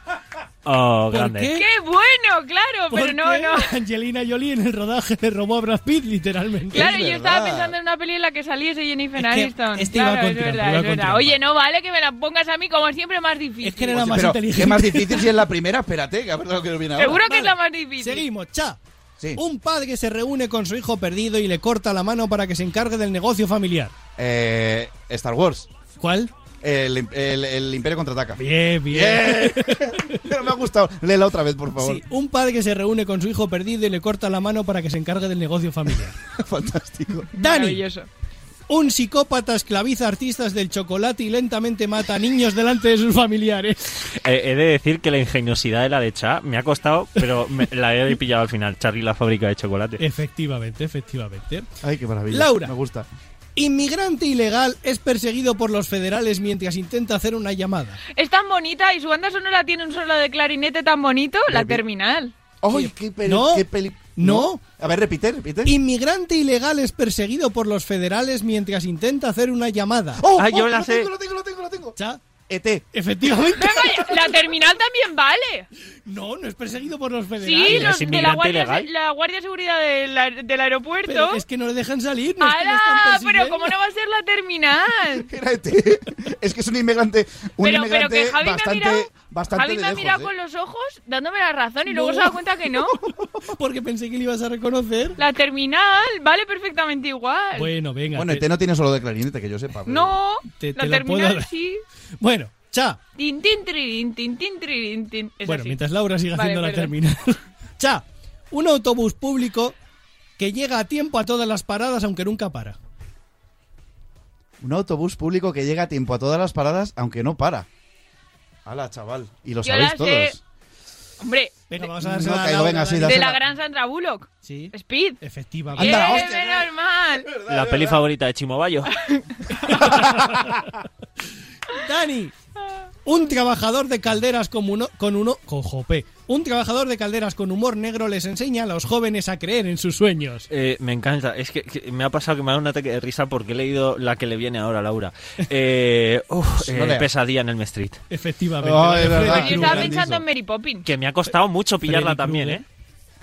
Speaker 12: Oh,
Speaker 1: ¿Por
Speaker 12: grande.
Speaker 1: qué?
Speaker 11: ¡Qué bueno! Claro, pero
Speaker 1: ¿Por
Speaker 11: no,
Speaker 1: qué
Speaker 11: no.
Speaker 1: Angelina Jolie en el rodaje le robó a Brad Pitt, literalmente.
Speaker 11: Claro, yo estaba pensando en una peli en la que saliese
Speaker 1: Es
Speaker 11: Jennifer
Speaker 1: que
Speaker 11: Aniston.
Speaker 1: este iba
Speaker 11: claro,
Speaker 1: con
Speaker 11: es
Speaker 1: trampa,
Speaker 11: verdad,
Speaker 1: iba
Speaker 11: es
Speaker 1: con
Speaker 11: verdad.
Speaker 1: trampa.
Speaker 11: Oye, no vale que me la pongas a mí como siempre más difícil.
Speaker 1: Es que era la más
Speaker 15: Pero,
Speaker 1: inteligente.
Speaker 15: ¿Qué más difícil si es la primera? Espérate, que a ver lo que nos viene ahora.
Speaker 11: Seguro que es la más difícil.
Speaker 1: Seguimos, cha.
Speaker 15: Sí.
Speaker 1: Un padre se reúne con su hijo perdido y le corta la mano para que se encargue del negocio familiar.
Speaker 15: Eh, Star Wars.
Speaker 1: ¿Cuál?
Speaker 15: El, el- el Imperio contraataca.
Speaker 1: Bien, bien.
Speaker 15: Pero me ha gustado. Léela otra vez, por favor.
Speaker 1: Sí, un padre se reúne con su hijo perdido y le corta la mano para que se encargue del negocio familiar.
Speaker 15: Fantástico.
Speaker 1: Dani, un psicópata esclaviza artistas del chocolate y lentamente mata a niños delante de sus familiares.
Speaker 12: Eh, he de decir que la ingeniosidad de la de Cha me ha costado, pero me- la he pillado al final. Charlie la fábrica de chocolate.
Speaker 1: Efectivamente, efectivamente.
Speaker 15: Ay, qué maravilla.
Speaker 1: Laura.
Speaker 15: Me gusta.
Speaker 1: Inmigrante ilegal es perseguido por los federales mientras intenta hacer una llamada.
Speaker 11: Es tan bonita y su banda sonora tiene un solo de clarinete tan bonito, la terminal.
Speaker 15: ¡Ay, qué, peli-
Speaker 1: No,
Speaker 15: qué peli-
Speaker 1: no.
Speaker 15: A ver, repite, repite.
Speaker 1: Inmigrante ilegal es perseguido por los federales mientras intenta hacer una llamada.
Speaker 15: ¡Oh!
Speaker 12: Ay, Ah, yo
Speaker 15: oh,
Speaker 12: la
Speaker 15: lo
Speaker 12: sé.
Speaker 15: Tengo, lo tengo, lo tengo, lo tengo.
Speaker 1: Cha,
Speaker 15: ET.
Speaker 1: Efectivamente.
Speaker 11: Venga, ya, la terminal también vale.
Speaker 1: No, no es perseguido por los federales.
Speaker 11: Sí, los de la Guardia, la Guardia de Seguridad del aer- del aeropuerto.
Speaker 1: Pero es que no le dejan salir. No es que lo
Speaker 11: ¡Hala!
Speaker 1: están
Speaker 11: Pero
Speaker 1: persiguiendo.
Speaker 11: ¿cómo no va a ser la terminal?
Speaker 15: Era ET. es que es un inmigrante, un
Speaker 11: pero, pero
Speaker 15: inmigrante
Speaker 11: que Javi
Speaker 15: bastante,
Speaker 11: me ha mirado,
Speaker 15: bastante
Speaker 11: Javi
Speaker 15: de
Speaker 11: me ha
Speaker 15: lejos,
Speaker 11: mirado
Speaker 15: ¿eh?
Speaker 11: con los ojos dándome la razón y luego
Speaker 1: No.
Speaker 11: se ha dado cuenta que no.
Speaker 1: Porque pensé que le ibas a reconocer.
Speaker 11: La terminal vale perfectamente igual.
Speaker 1: Bueno, venga.
Speaker 15: Bueno,
Speaker 1: te-
Speaker 15: ET no tiene solo de clarinete, que yo sepa. pero-
Speaker 11: no,
Speaker 1: Te-
Speaker 11: la
Speaker 1: te lo
Speaker 11: terminal
Speaker 1: puedo-
Speaker 11: sí.
Speaker 1: Bueno, cha.
Speaker 11: Tin, tin, tiririn, tin, tin, tiririn, tin. Es
Speaker 1: bueno,
Speaker 11: así.
Speaker 1: mientras Laura siga
Speaker 11: Vale,
Speaker 1: haciendo la
Speaker 11: perdón.
Speaker 1: terminal. cha, un autobús público que llega a tiempo a todas las paradas aunque nunca para.
Speaker 15: Un autobús público que llega a tiempo a todas las paradas, aunque no para. Hala, chaval. Y lo
Speaker 11: Yo
Speaker 15: sabéis
Speaker 11: la
Speaker 15: todos.
Speaker 11: sé. Hombre,
Speaker 1: Venga,
Speaker 11: de-
Speaker 1: vamos
Speaker 15: Eh, No
Speaker 1: a dársela a
Speaker 15: caigo,
Speaker 1: Laura,
Speaker 15: venga, sí,
Speaker 1: Dani.
Speaker 11: de
Speaker 15: dásela.
Speaker 11: la gran Sandra Bullock.
Speaker 1: Sí,
Speaker 11: Speed.
Speaker 1: efectivamente.
Speaker 11: Bien,
Speaker 15: Anda, hostia.
Speaker 11: menos mal.
Speaker 12: La peli favorita de Chimobayo.
Speaker 1: Dani, Un trabajador de calderas con uno, con uno con jope. Un trabajador de calderas con humor negro les enseña a los jóvenes a creer en sus sueños.
Speaker 12: Eh, me encanta. Es que, que me ha pasado que me ha dado un ataque de risa porque he leído la que le viene ahora a Laura. Eh, uf,
Speaker 1: No
Speaker 12: eh,
Speaker 1: leas.
Speaker 12: pesadilla en el Street.
Speaker 1: Efectivamente. Oh, es verdad.
Speaker 11: Yo estaba pensando en Mary Poppins.
Speaker 12: Que me ha costado mucho pillarla
Speaker 1: Freddy
Speaker 12: también, ¿eh?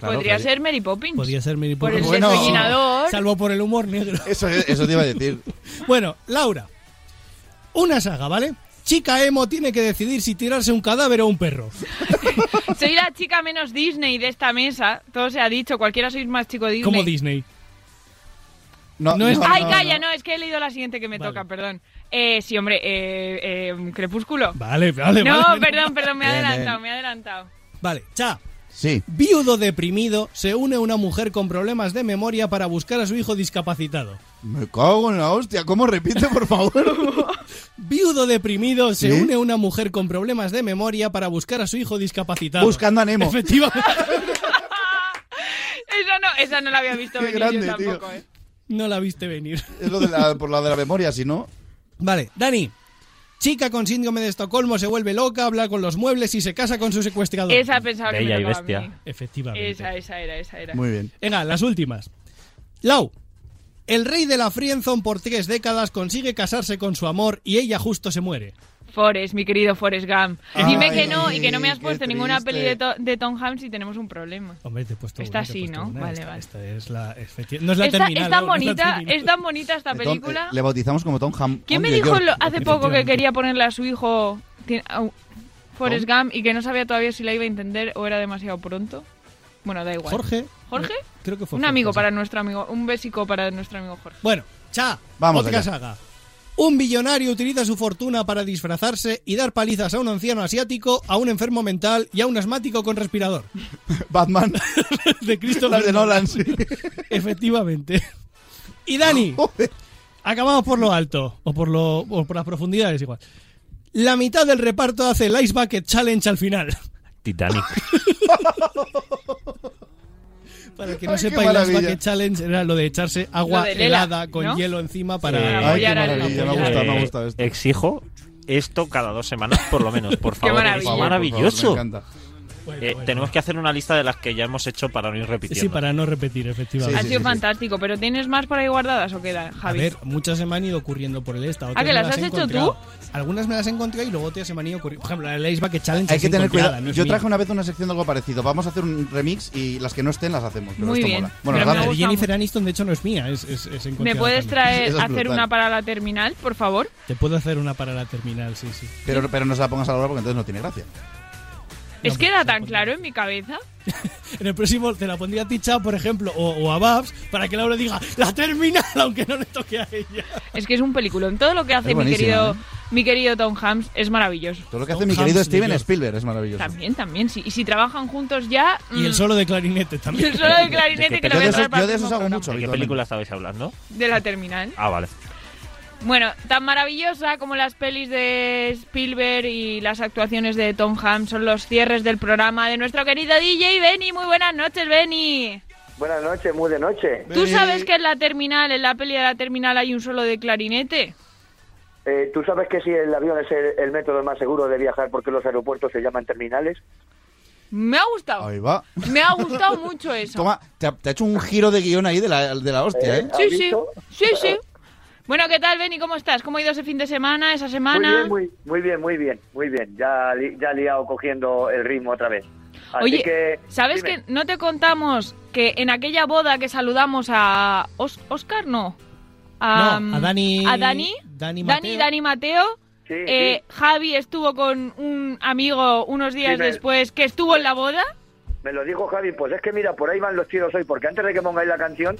Speaker 11: Podría ser Mary Poppins.
Speaker 1: Podría ser Mary
Speaker 11: Por
Speaker 1: Poppins.
Speaker 11: el sexo llenador.
Speaker 1: Salvo por el humor negro.
Speaker 15: Eso, eso te iba a decir.
Speaker 1: bueno, Laura. Una saga, ¿vale? Chica emo tiene que decidir si tirarse un cadáver o un perro.
Speaker 11: Soy la chica menos Disney de esta mesa. Todo se ha dicho. Cualquiera sois más chico Disney.
Speaker 1: Como Disney.
Speaker 15: No,
Speaker 1: es-
Speaker 11: Ay, calla, no. es que he leído la siguiente que me toca, perdón. Eh, sí, hombre, eh, eh, Crepúsculo.
Speaker 1: Vale, vale,
Speaker 11: No,
Speaker 1: vale.
Speaker 11: perdón, perdón, me he
Speaker 1: Bien,
Speaker 11: adelantado,
Speaker 1: bien.
Speaker 11: me he adelantado.
Speaker 1: Vale, cha.
Speaker 15: Sí.
Speaker 1: Viudo deprimido, se une a una mujer con problemas de memoria para buscar a su hijo discapacitado.
Speaker 15: Me cago en la hostia. ¿Cómo repite, por favor?
Speaker 1: Viudo deprimido, se
Speaker 15: ¿Sí?
Speaker 1: une a una mujer con problemas de memoria para buscar a su hijo discapacitado.
Speaker 15: Buscando a Nemo.
Speaker 1: Efectivamente.
Speaker 11: Esa no, esa no la había visto
Speaker 15: Qué
Speaker 11: venir
Speaker 15: grande,
Speaker 11: yo
Speaker 15: tío.
Speaker 11: tampoco, eh.
Speaker 1: No la viste venir.
Speaker 15: es lo de la, por la de la memoria, si no.
Speaker 1: Vale, Dani. Chica con síndrome de Estocolmo se vuelve loca, habla con los muebles y se casa con su secuestrador.
Speaker 11: Esa pensaba que me tocaba a mí.
Speaker 1: Efectivamente.
Speaker 11: Esa, esa era, esa era.
Speaker 15: bien.
Speaker 1: Venga, las últimas. Lau. El rey de la Frienzon por tres décadas consigue casarse con su amor y ella justo se muere.
Speaker 11: Forrest, mi querido Forrest Gump.
Speaker 1: Ay,
Speaker 11: Dime que no y que no me has
Speaker 1: qué
Speaker 11: puesto ninguna
Speaker 1: triste.
Speaker 11: peli de, To- de Tom Hanks y tenemos un problema.
Speaker 1: Hombre, te he puesto
Speaker 11: Esta
Speaker 1: una, te he
Speaker 11: sí,
Speaker 1: puesto
Speaker 11: ¿no?
Speaker 1: una.
Speaker 11: Vale,
Speaker 1: Esta-
Speaker 11: vale.
Speaker 1: Esta es la... efecti- No es la
Speaker 11: Esta-
Speaker 1: terminal.
Speaker 11: es
Speaker 1: Lau,
Speaker 11: tan
Speaker 1: no es la
Speaker 11: bonita,
Speaker 1: terminal.
Speaker 11: es tan bonita esta
Speaker 15: Tom- eh,
Speaker 11: película.
Speaker 15: le bautizamos como Tom Ham.
Speaker 11: ¿Quién me
Speaker 15: Uncle
Speaker 11: dijo
Speaker 15: George.
Speaker 11: lo- hace poco que quería ponerle a su hijo ti- a un- Forrest Gump y que no sabía todavía si la iba a entender o era demasiado pronto? Bueno, da igual.
Speaker 1: Jorge. Eh,
Speaker 11: ¿Jorge?
Speaker 1: Creo que fue
Speaker 11: Un
Speaker 1: Jorge,
Speaker 11: amigo
Speaker 1: sí.
Speaker 11: para nuestro amigo, un bésico para nuestro amigo Jorge.
Speaker 1: Bueno, cha.
Speaker 15: Vamos
Speaker 1: Otra
Speaker 15: allá.
Speaker 1: saga. Un billonario utiliza su fortuna para disfrazarse y dar palizas a un anciano asiático, a un enfermo mental y a un asmático con respirador.
Speaker 15: Batman.
Speaker 1: de Christopher
Speaker 15: Las de Nolan, sí.
Speaker 1: Efectivamente. Y Dani,
Speaker 15: Oh.
Speaker 1: acabamos por lo alto, o por, lo, o por las profundidades igual. La mitad del reparto hace el Ice Bucket Challenge al final.
Speaker 12: Titanic.
Speaker 1: Para el que
Speaker 15: Ay,
Speaker 1: no
Speaker 15: qué
Speaker 1: sepa, el Ice
Speaker 15: maravilla.
Speaker 1: Bucket Challenge era lo de echarse agua
Speaker 15: Lo de Lela,
Speaker 1: helada con
Speaker 15: ¿no?
Speaker 1: hielo encima
Speaker 15: Sí,
Speaker 1: para...
Speaker 15: Ay, qué maravilla, me ha gustado, me ha
Speaker 12: Eh,
Speaker 15: gustado esto.
Speaker 12: Exijo esto cada dos semanas, por lo menos, por favor.
Speaker 15: maravilla.
Speaker 12: Es
Speaker 15: Por favor, por favor,
Speaker 12: maravilloso.
Speaker 15: me encanta.
Speaker 12: Eh, tenemos que hacer una lista de las que ya hemos hecho para no ir repitiendo.
Speaker 1: Sí, para no repetir,
Speaker 11: ha
Speaker 1: efectivamente.
Speaker 11: sido fantástico, pero ¿tienes más por ahí guardadas o queda,
Speaker 1: A
Speaker 11: Javi?
Speaker 1: ver, muchas se me han ido ocurriendo por el esta. otras
Speaker 11: ¿Ah, que
Speaker 1: me
Speaker 11: las has
Speaker 1: he
Speaker 11: hecho
Speaker 1: encontrado. Algunas me las he encontrado y luego otras se me han ido ocurriendo. Por ejemplo, el Ice Bucket Challenge.
Speaker 15: Hay
Speaker 1: es
Speaker 15: que tener
Speaker 1: encontrada,
Speaker 15: cuidado.
Speaker 1: no es
Speaker 15: Yo
Speaker 1: mía.
Speaker 15: traje una vez una sección de algo parecido. Vamos a hacer un remix y las que no estén las hacemos. Pero
Speaker 11: Muy
Speaker 15: esto
Speaker 11: bien.
Speaker 15: mola. Bueno,
Speaker 1: Pero
Speaker 15: las
Speaker 1: la
Speaker 15: damos.
Speaker 1: de Jennifer Aniston, de hecho, no es mía, es, es, es encontrada
Speaker 11: ¿Me puedes
Speaker 1: también.
Speaker 11: traer, hacer una para la terminal, por favor?
Speaker 1: Te puedo hacer una para la terminal, sí, sí.
Speaker 15: Pero, pero no se la pongas a la hora porque entonces no tiene gracia.
Speaker 11: es que
Speaker 1: pues,
Speaker 11: era tan claro en mi cabeza.
Speaker 1: En el próximo te la pondría a Ticha, por ejemplo, o, o a Babs, para que Laura diga, la terminal, aunque no le toque a ella.
Speaker 11: Es que es un película. En todo lo que hace
Speaker 15: Es
Speaker 11: mi
Speaker 15: buenísima,
Speaker 11: querido,
Speaker 15: ¿eh?
Speaker 11: mi querido Tom Hanks es maravilloso.
Speaker 15: Todo lo que hace
Speaker 1: Tom
Speaker 15: mi querido
Speaker 1: Hanks de
Speaker 15: Steven
Speaker 1: George.
Speaker 15: Spielberg es maravilloso.
Speaker 11: También, también. sí. Y si trabajan juntos ya.
Speaker 1: Y el
Speaker 11: mm,
Speaker 1: solo de clarinete también.
Speaker 11: Y el solo de clarinete que lo voy a traer para el próximo
Speaker 15: mucho.
Speaker 12: ¿De qué película estabais hablando?
Speaker 11: programa. De la terminal.
Speaker 12: Ah, vale.
Speaker 11: Bueno, tan maravillosa como las pelis de Spielberg y las actuaciones de Tom Hanks son los cierres del programa de nuestro querido DJ Benny. Muy buenas noches, Benny.
Speaker 13: Buenas noches, muy de noche.
Speaker 11: ¿Tú sabes que en la terminal, en la peli de la terminal hay un solo de clarinete?
Speaker 13: Eh, ¿Tú sabes que si el avión es el, el método más seguro de viajar, porque los aeropuertos se llaman terminales?
Speaker 11: Me ha gustado.
Speaker 15: Ahí va.
Speaker 11: Me ha gustado mucho eso.
Speaker 15: Toma, te ha, te ha hecho un giro de guión ahí de la, de la hostia, ¿eh?
Speaker 11: Sí, sí. Sí, sí. Bueno, ¿qué tal, Benny? ¿Cómo estás? ¿Cómo ha ido ese fin de semana, esa semana?
Speaker 13: Muy bien, muy, muy bien, muy bien, muy bien. Ya, li- ya liado cogiendo el ritmo otra vez. Así
Speaker 11: Oye,
Speaker 13: que,
Speaker 11: ¿Sabes
Speaker 13: dime.
Speaker 11: que no te contamos que en aquella boda que saludamos a Os- Oscar, no?
Speaker 1: No, a Dani-
Speaker 11: A Dani.
Speaker 1: Dani
Speaker 11: Dani,
Speaker 1: Mateo.
Speaker 11: Dani Mateo.
Speaker 13: Sí,
Speaker 11: Eh, Javi estuvo con un amigo unos días
Speaker 13: Sí, me-
Speaker 11: después que estuvo en la boda.
Speaker 13: Me lo dijo Javi, pues es que mira, por ahí van los tiros hoy, porque antes de que pongáis la canción,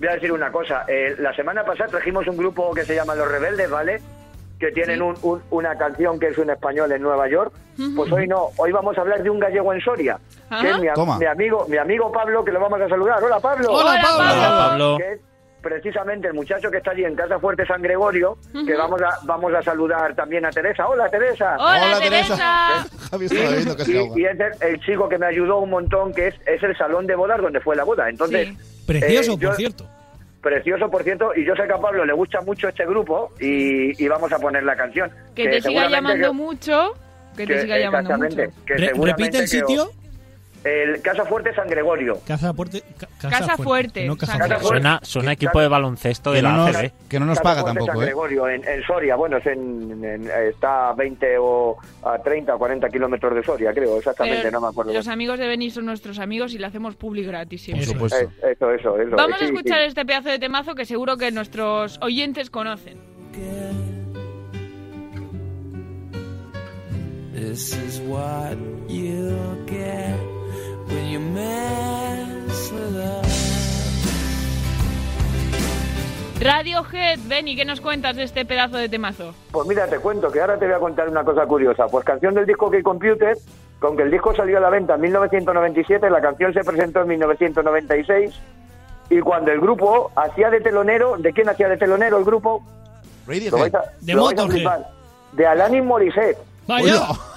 Speaker 13: voy a decir una cosa. Eh, la semana pasada trajimos un grupo que se llama Los Rebeldes, ¿vale? Que tienen un- un- una canción que es un español en Nueva York.
Speaker 16: Ujú.
Speaker 13: Pues hoy no, hoy vamos a hablar de un gallego en Soria.
Speaker 16: Ajá.
Speaker 13: Que es mi, a-
Speaker 16: Toma.
Speaker 13: mi amigo, mi amigo Pablo, que lo vamos a saludar. Hola Pablo.
Speaker 16: Hola, Hola, Pablo. Pablo. Hola, Pablo.
Speaker 13: Que es precisamente el muchacho que está allí en Casa Fuerte San Gregorio, que
Speaker 16: Ujú.
Speaker 13: vamos a, vamos a saludar también a Teresa. Hola Teresa.
Speaker 16: Hola, Teresa.
Speaker 15: Javi estaba bebiendo casi
Speaker 13: Y-
Speaker 15: agua.
Speaker 13: y es el, el chico que me ayudó un montón, que es, es el salón de bodas donde fue la boda. Entonces,
Speaker 1: Precioso,
Speaker 13: eh,
Speaker 1: por
Speaker 13: yo-
Speaker 1: cierto.
Speaker 15: Precioso, por cierto, y yo sé que a Pablo le gusta mucho este grupo y, y vamos a poner la canción.
Speaker 11: Que te siga
Speaker 15: seguramente
Speaker 11: llamando
Speaker 15: que-
Speaker 11: mucho. Que te
Speaker 15: que-
Speaker 11: siga llamando mucho.
Speaker 15: exactamente, que
Speaker 1: Re-
Speaker 15: seguramente
Speaker 1: ¿Repite el
Speaker 15: que-
Speaker 1: sitio?
Speaker 15: el Casa Fuerte San Gregorio.
Speaker 1: Casa Fuerte. ca-
Speaker 11: Casa Fuerte.
Speaker 1: No, Casa
Speaker 15: Casa
Speaker 1: Fuerte.
Speaker 15: Fuerte.
Speaker 12: Suena, suena equipo de baloncesto de
Speaker 13: Que no
Speaker 12: la
Speaker 13: nos-
Speaker 12: ACB.
Speaker 13: Eh, que no nos eh.
Speaker 15: Casa Fuerte San
Speaker 1: ¿eh?
Speaker 15: Gregorio, en, en Soria, bueno, es en- en- está a 20 o a 30 o 40 kilómetros de Soria, creo, exactamente,
Speaker 11: Pero
Speaker 15: no me acuerdo.
Speaker 11: Los amigos de Beni son nuestros amigos y le hacemos public gratis. siempre.
Speaker 15: Eh, Eso, eso, eso.
Speaker 11: Vamos
Speaker 15: Sí,
Speaker 11: a escuchar
Speaker 15: sí.
Speaker 11: este pedazo de temazo que seguro que nuestros oyentes conocen.
Speaker 17: This is what you get when you mess with us.
Speaker 11: Radiohead, Beni, ¿qué nos cuentas de este pedazo de temazo?
Speaker 15: Pues mira, te cuento que ahora te voy a contar una cosa curiosa. Pues canción del disco Key Computer, con que el disco salió a la venta en 1997, la canción se presentó en 1996 y cuando el grupo hacía de telonero, ¿de quién hacía de telonero el grupo? Lo vais a-
Speaker 13: De
Speaker 15: lo vais a
Speaker 13: Motorhead.
Speaker 15: flipar. De Alanis Morissette.
Speaker 13: Oye,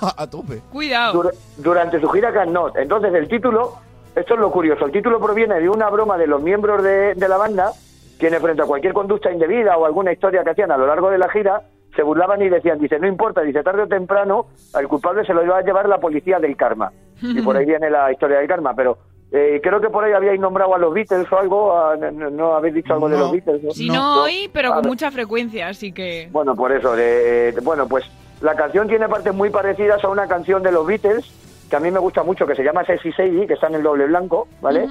Speaker 13: a tope.
Speaker 11: Cuidado.
Speaker 15: durante su gira Can Not. Entonces el título, esto es lo curioso, el título proviene de una broma de los miembros de, de la banda, quienes frente a cualquier conducta indebida o alguna historia que hacían a lo largo de la gira, se burlaban y decían, dice, no importa, dice, tarde o temprano, al culpable se lo iba a llevar la policía del karma. Y por ahí viene la historia del karma, pero eh, creo que por ahí habíais nombrado a los Beatles o algo, a- no, no- no habéis dicho algo de los Beatles. ¿no?
Speaker 11: Si no, hoy, pero con mucha frecuencia, así que...
Speaker 15: Bueno, por eso, de- de- bueno, pues la canción tiene partes muy parecidas a una canción de los Beatles, que a mí me gusta mucho, que se llama Sexy Sadie, que está en el doble blanco, ¿vale?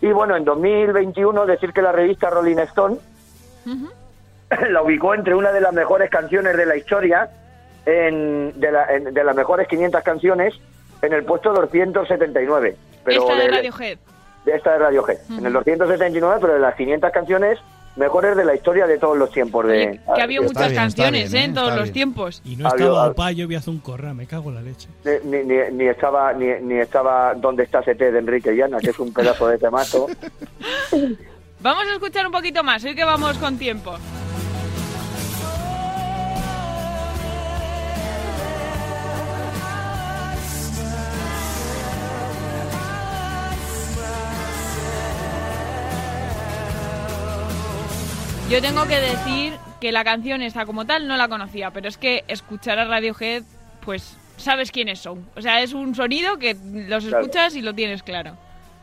Speaker 15: Y bueno, en 2021 decir que la revista Rolling Stone la ubicó entre una de las mejores canciones de la historia, en, de, la- en- de las mejores 500 canciones, en el puesto 279. Pero
Speaker 11: Esta de
Speaker 15: de-
Speaker 11: Radiohead.
Speaker 15: de esta de Radiohead, en el 279, pero de las 500 canciones mejores de la historia de todos los tiempos. De,
Speaker 11: Que ha habido
Speaker 15: de-
Speaker 11: muchas canciones, ¿eh? En todos los tiempos.
Speaker 1: Y no estaba Opa, yo vi hace un corra, me cago en la leche.
Speaker 15: Ni, eh, ni- ni- ni estaba ni, ni estaba donde está CT de Enrique Llana, que es un pedazo de temazo.
Speaker 11: Vamos a escuchar un poquito más, hoy que vamos con tiempo. Yo tengo que decir que la canción esta como tal no la conocía, pero es que escuchar a Radiohead, pues sabes quiénes son. O sea, es un sonido que los
Speaker 15: Claro.
Speaker 11: escuchas y lo tienes claro.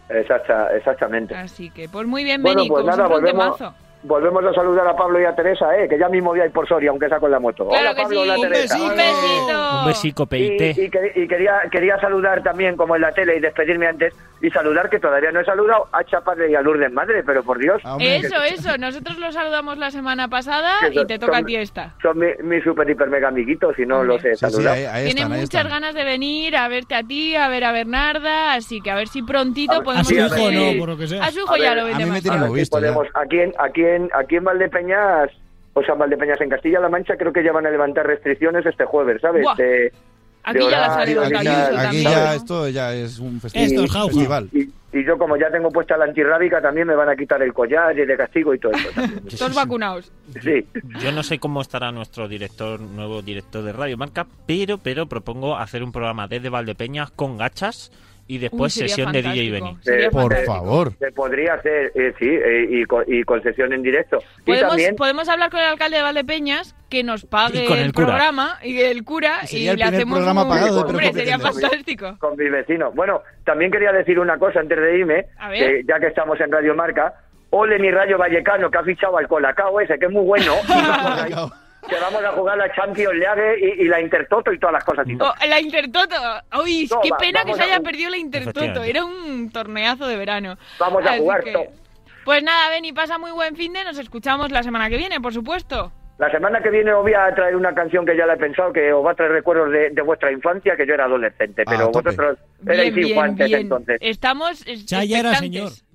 Speaker 15: Exacta- exactamente.
Speaker 11: Así que, pues muy bien,
Speaker 15: Bueno,
Speaker 11: Beni,
Speaker 15: pues
Speaker 11: como
Speaker 15: nada,
Speaker 11: siempre, un
Speaker 15: volvemos,
Speaker 11: temazo.
Speaker 15: volvemos a saludar a Pablo y a Teresa, eh, que ya mismo voy a ir por Soria, aunque sea con la moto.
Speaker 11: Claro
Speaker 15: Hola,
Speaker 11: que sí.
Speaker 15: Pablo, hola,
Speaker 11: Un
Speaker 15: Teresa.
Speaker 11: besito. Un besito.
Speaker 12: Un besico, peite.
Speaker 15: Y, y que- y quería, quería saludar también, como en la tele, y despedirme antes, y saludar, que todavía no he saludado, a Chapadre y a Lourdes Madre, pero por Dios.
Speaker 11: Eso, eso. Nosotros lo saludamos la semana pasada
Speaker 15: Que
Speaker 11: y
Speaker 15: son-
Speaker 11: te toca a
Speaker 15: son-
Speaker 11: ti esta.
Speaker 15: Son mi- mis super, hiper, mega amiguitos, y no los he saludado.
Speaker 11: Tiene muchas ganas de venir a verte a ti, a ver a Bernarda, así que a ver si prontito podemos... conseguir- A su hijo ya lo vende más.
Speaker 15: A ver si Ah, podemos- Aquí en, aquí, en, aquí en Valdepeñas, o sea, en Valdepeñas, en Castilla-La Mancha, creo que ya van a levantar restricciones este jueves, ¿sabes?
Speaker 11: Buah.
Speaker 15: De-
Speaker 11: Aquí
Speaker 15: de
Speaker 11: ya las
Speaker 15: horario,
Speaker 11: haremos,
Speaker 15: de
Speaker 13: Aquí,
Speaker 15: tal,
Speaker 13: ya, aquí
Speaker 15: ¿sabes?
Speaker 13: ya esto ya es un festival.
Speaker 15: Esto es jauja.
Speaker 13: festival.
Speaker 15: Y, y yo, como ya tengo puesta la antirrábica, también me van a quitar el collar y el de castigo y todo eso. también.
Speaker 11: Todos vacunados.
Speaker 15: Sí.
Speaker 12: Yo no sé cómo estará nuestro director, nuevo director de Radio Marca, pero, pero propongo hacer un programa desde Valdepeñas con gachas y después
Speaker 15: Uy, sería
Speaker 12: sesión de DJ
Speaker 15: fantástico.
Speaker 12: Benny.
Speaker 15: Sería Por fantástico. favor. Se podría hacer, eh, sí, eh, y, con- y concesión en directo. Y
Speaker 11: Podemos,
Speaker 15: también,
Speaker 11: podemos hablar con el alcalde de Valdepeñas que nos pague
Speaker 15: Y con
Speaker 11: el,
Speaker 15: el cura.
Speaker 11: programa y el cura
Speaker 15: Y
Speaker 11: y,
Speaker 15: sería el
Speaker 11: le
Speaker 15: primer
Speaker 11: hacemos
Speaker 15: programa
Speaker 11: un...
Speaker 15: pagado de
Speaker 11: Hombre,
Speaker 15: Perú
Speaker 11: sería
Speaker 15: Competente.
Speaker 11: fantástico.
Speaker 15: con mis vecinos. Bueno, también quería decir una cosa antes de irme,
Speaker 11: A ver.
Speaker 15: que ya que estamos en Radio Marca. Ole mi Rayo Vallecano, que ha fichado al Colacao ese, que es muy bueno. Y vamos a- que vamos a jugar la Champions League y, y la Intertoto y todas las cosas. Y todo.
Speaker 11: Oh, la Intertoto. Uy,
Speaker 15: No,
Speaker 11: qué
Speaker 15: va-
Speaker 11: pena que
Speaker 15: vamos
Speaker 11: se
Speaker 15: a
Speaker 11: haya
Speaker 15: ju-
Speaker 11: perdido la Intertoto.
Speaker 15: Efectivamente.
Speaker 11: Era un torneazo de verano.
Speaker 15: Vamos a
Speaker 11: Así
Speaker 15: jugar
Speaker 11: que-
Speaker 15: todo.
Speaker 11: Pues nada, Beni, pasa muy buen fin de. Nos escuchamos la semana que viene, por supuesto.
Speaker 15: La semana que viene os voy a traer una canción que ya la he pensado, que os va a traer recuerdos de, de vuestra infancia, que yo era adolescente, pero vosotros erais infantes entonces.
Speaker 11: Estamos. es-
Speaker 15: Cha ya era
Speaker 11: expectantes.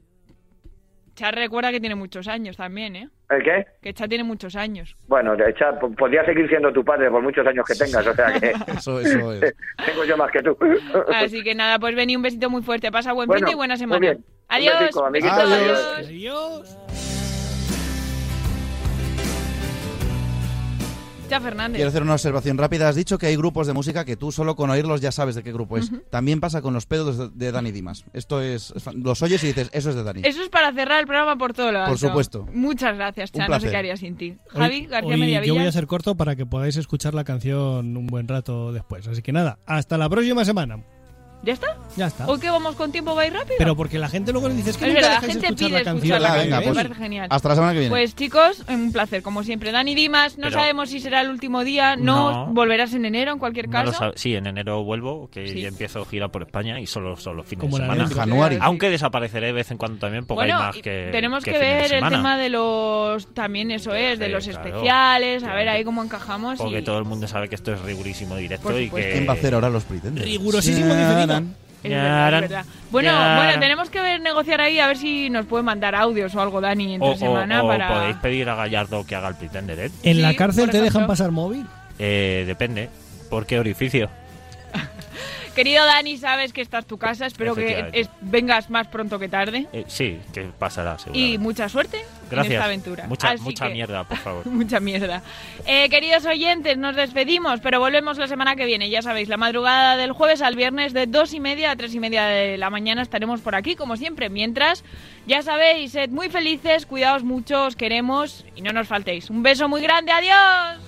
Speaker 11: Cha recuerda que tiene muchos años también, ¿eh?
Speaker 15: ¿El qué?
Speaker 11: Que Cha tiene muchos años.
Speaker 15: Bueno, de hecho, po- podría seguir siendo tu padre por muchos años que tengas, o sea que...
Speaker 13: eso, eso es.
Speaker 15: Tengo yo más que tú.
Speaker 11: Así que nada, pues Beni, un besito muy fuerte. Pasa buen
Speaker 15: Bueno,
Speaker 11: fin de y buena
Speaker 15: muy
Speaker 11: semana.
Speaker 15: bien. Un
Speaker 11: Adiós.
Speaker 15: besico, amiguitos.
Speaker 11: besitos,
Speaker 15: Adiós.
Speaker 11: adiós.
Speaker 1: Adiós.
Speaker 11: Cha Fernández.
Speaker 15: Quiero hacer una observación rápida. Has dicho que hay grupos de música que tú solo con oírlos ya sabes de qué grupo es.
Speaker 11: Ujú.
Speaker 15: También pasa con los pedos de Dani Dimas. Esto es. es fan- Los oyes y dices, eso es de Dani.
Speaker 11: Eso es para cerrar el programa por todo lo alto.
Speaker 15: Por supuesto.
Speaker 11: Muchas gracias,
Speaker 15: Un
Speaker 11: Cha. No sé
Speaker 15: placer.
Speaker 11: qué haría sin ti.
Speaker 1: Hoy-
Speaker 11: Javi García
Speaker 1: hoy
Speaker 11: Mediavilla.
Speaker 1: Yo voy a ser corto para que podáis escuchar la canción un buen rato después. Así que nada, hasta la próxima semana.
Speaker 11: ¿Ya está?
Speaker 1: Ya está.
Speaker 11: ¿O qué vamos con tiempo? ¿Va a ir rápido?
Speaker 1: Pero porque la gente luego le dice es que
Speaker 11: es
Speaker 1: nunca
Speaker 11: verdad, la
Speaker 1: dejáis
Speaker 11: gente
Speaker 1: escuchar
Speaker 11: pide
Speaker 1: la canción.
Speaker 11: escuchar la
Speaker 15: Ah,
Speaker 11: canción. ¿eh?
Speaker 15: venga,
Speaker 11: me
Speaker 15: pues,
Speaker 11: parece genial.
Speaker 15: hasta la semana que viene.
Speaker 11: Pues chicos, un placer como siempre. Dani Dimas, no
Speaker 12: Pero-
Speaker 11: sabemos si será el último día, no,
Speaker 12: No.
Speaker 11: volverás en enero en cualquier
Speaker 12: No lo
Speaker 11: caso.
Speaker 12: sab- sí, en enero vuelvo, que
Speaker 11: Sí.
Speaker 12: ya empiezo gira por España y solo, solo fines
Speaker 15: Como
Speaker 12: de
Speaker 15: la
Speaker 12: semana.
Speaker 15: leche. Januari.
Speaker 12: Aunque desapareceré de vez en cuando también, porque
Speaker 11: bueno,
Speaker 12: hay más
Speaker 11: y
Speaker 12: que.
Speaker 11: tenemos que,
Speaker 12: fin de
Speaker 11: ver el
Speaker 12: semana.
Speaker 11: tema de los también eso es, de
Speaker 12: Sí,
Speaker 11: los
Speaker 12: claro.
Speaker 11: especiales, a ver ahí cómo encajamos
Speaker 12: Porque
Speaker 11: y
Speaker 12: todo el mundo sabe que esto es rigurísimo directo
Speaker 11: Por
Speaker 12: y
Speaker 11: supuesto.
Speaker 12: que.
Speaker 15: ¿Quién va a hacer ahora los pretenders?
Speaker 1: Rigurosísimo diferido.
Speaker 11: Es verdad, es verdad. Bueno,
Speaker 12: Ya.
Speaker 11: bueno, tenemos que ver negociar ahí a ver si nos puede mandar audios o algo Dani entre
Speaker 12: O, o-
Speaker 11: semana
Speaker 12: o
Speaker 11: para
Speaker 12: podéis pedir a Gallardo que haga el Pretender, ¿eh?
Speaker 1: ¿En la
Speaker 11: por
Speaker 1: cárcel te
Speaker 11: ejemplo.
Speaker 1: dejan pasar móvil?
Speaker 12: Eh, depende. ¿Por qué orificio?
Speaker 11: Querido Dani, sabes que esta es tu casa, espero que
Speaker 12: Efectivamente.
Speaker 11: es- vengas más pronto que tarde
Speaker 12: Eh, sí, que pasará, seguro.
Speaker 11: y mucha suerte en
Speaker 12: Gracias.
Speaker 11: esta aventura.
Speaker 12: Mucha,
Speaker 11: Así
Speaker 12: mucha
Speaker 11: que-
Speaker 12: mierda, por favor.
Speaker 11: Mucha mierda. Eh, queridos oyentes, nos despedimos, pero volvemos la semana que viene. Ya sabéis, la madrugada del jueves al viernes de dos y media a tres y media de la mañana estaremos por aquí, como siempre. Mientras, ya sabéis, sed muy felices, cuidaos mucho, os queremos y no nos faltéis. Un beso muy grande, adiós.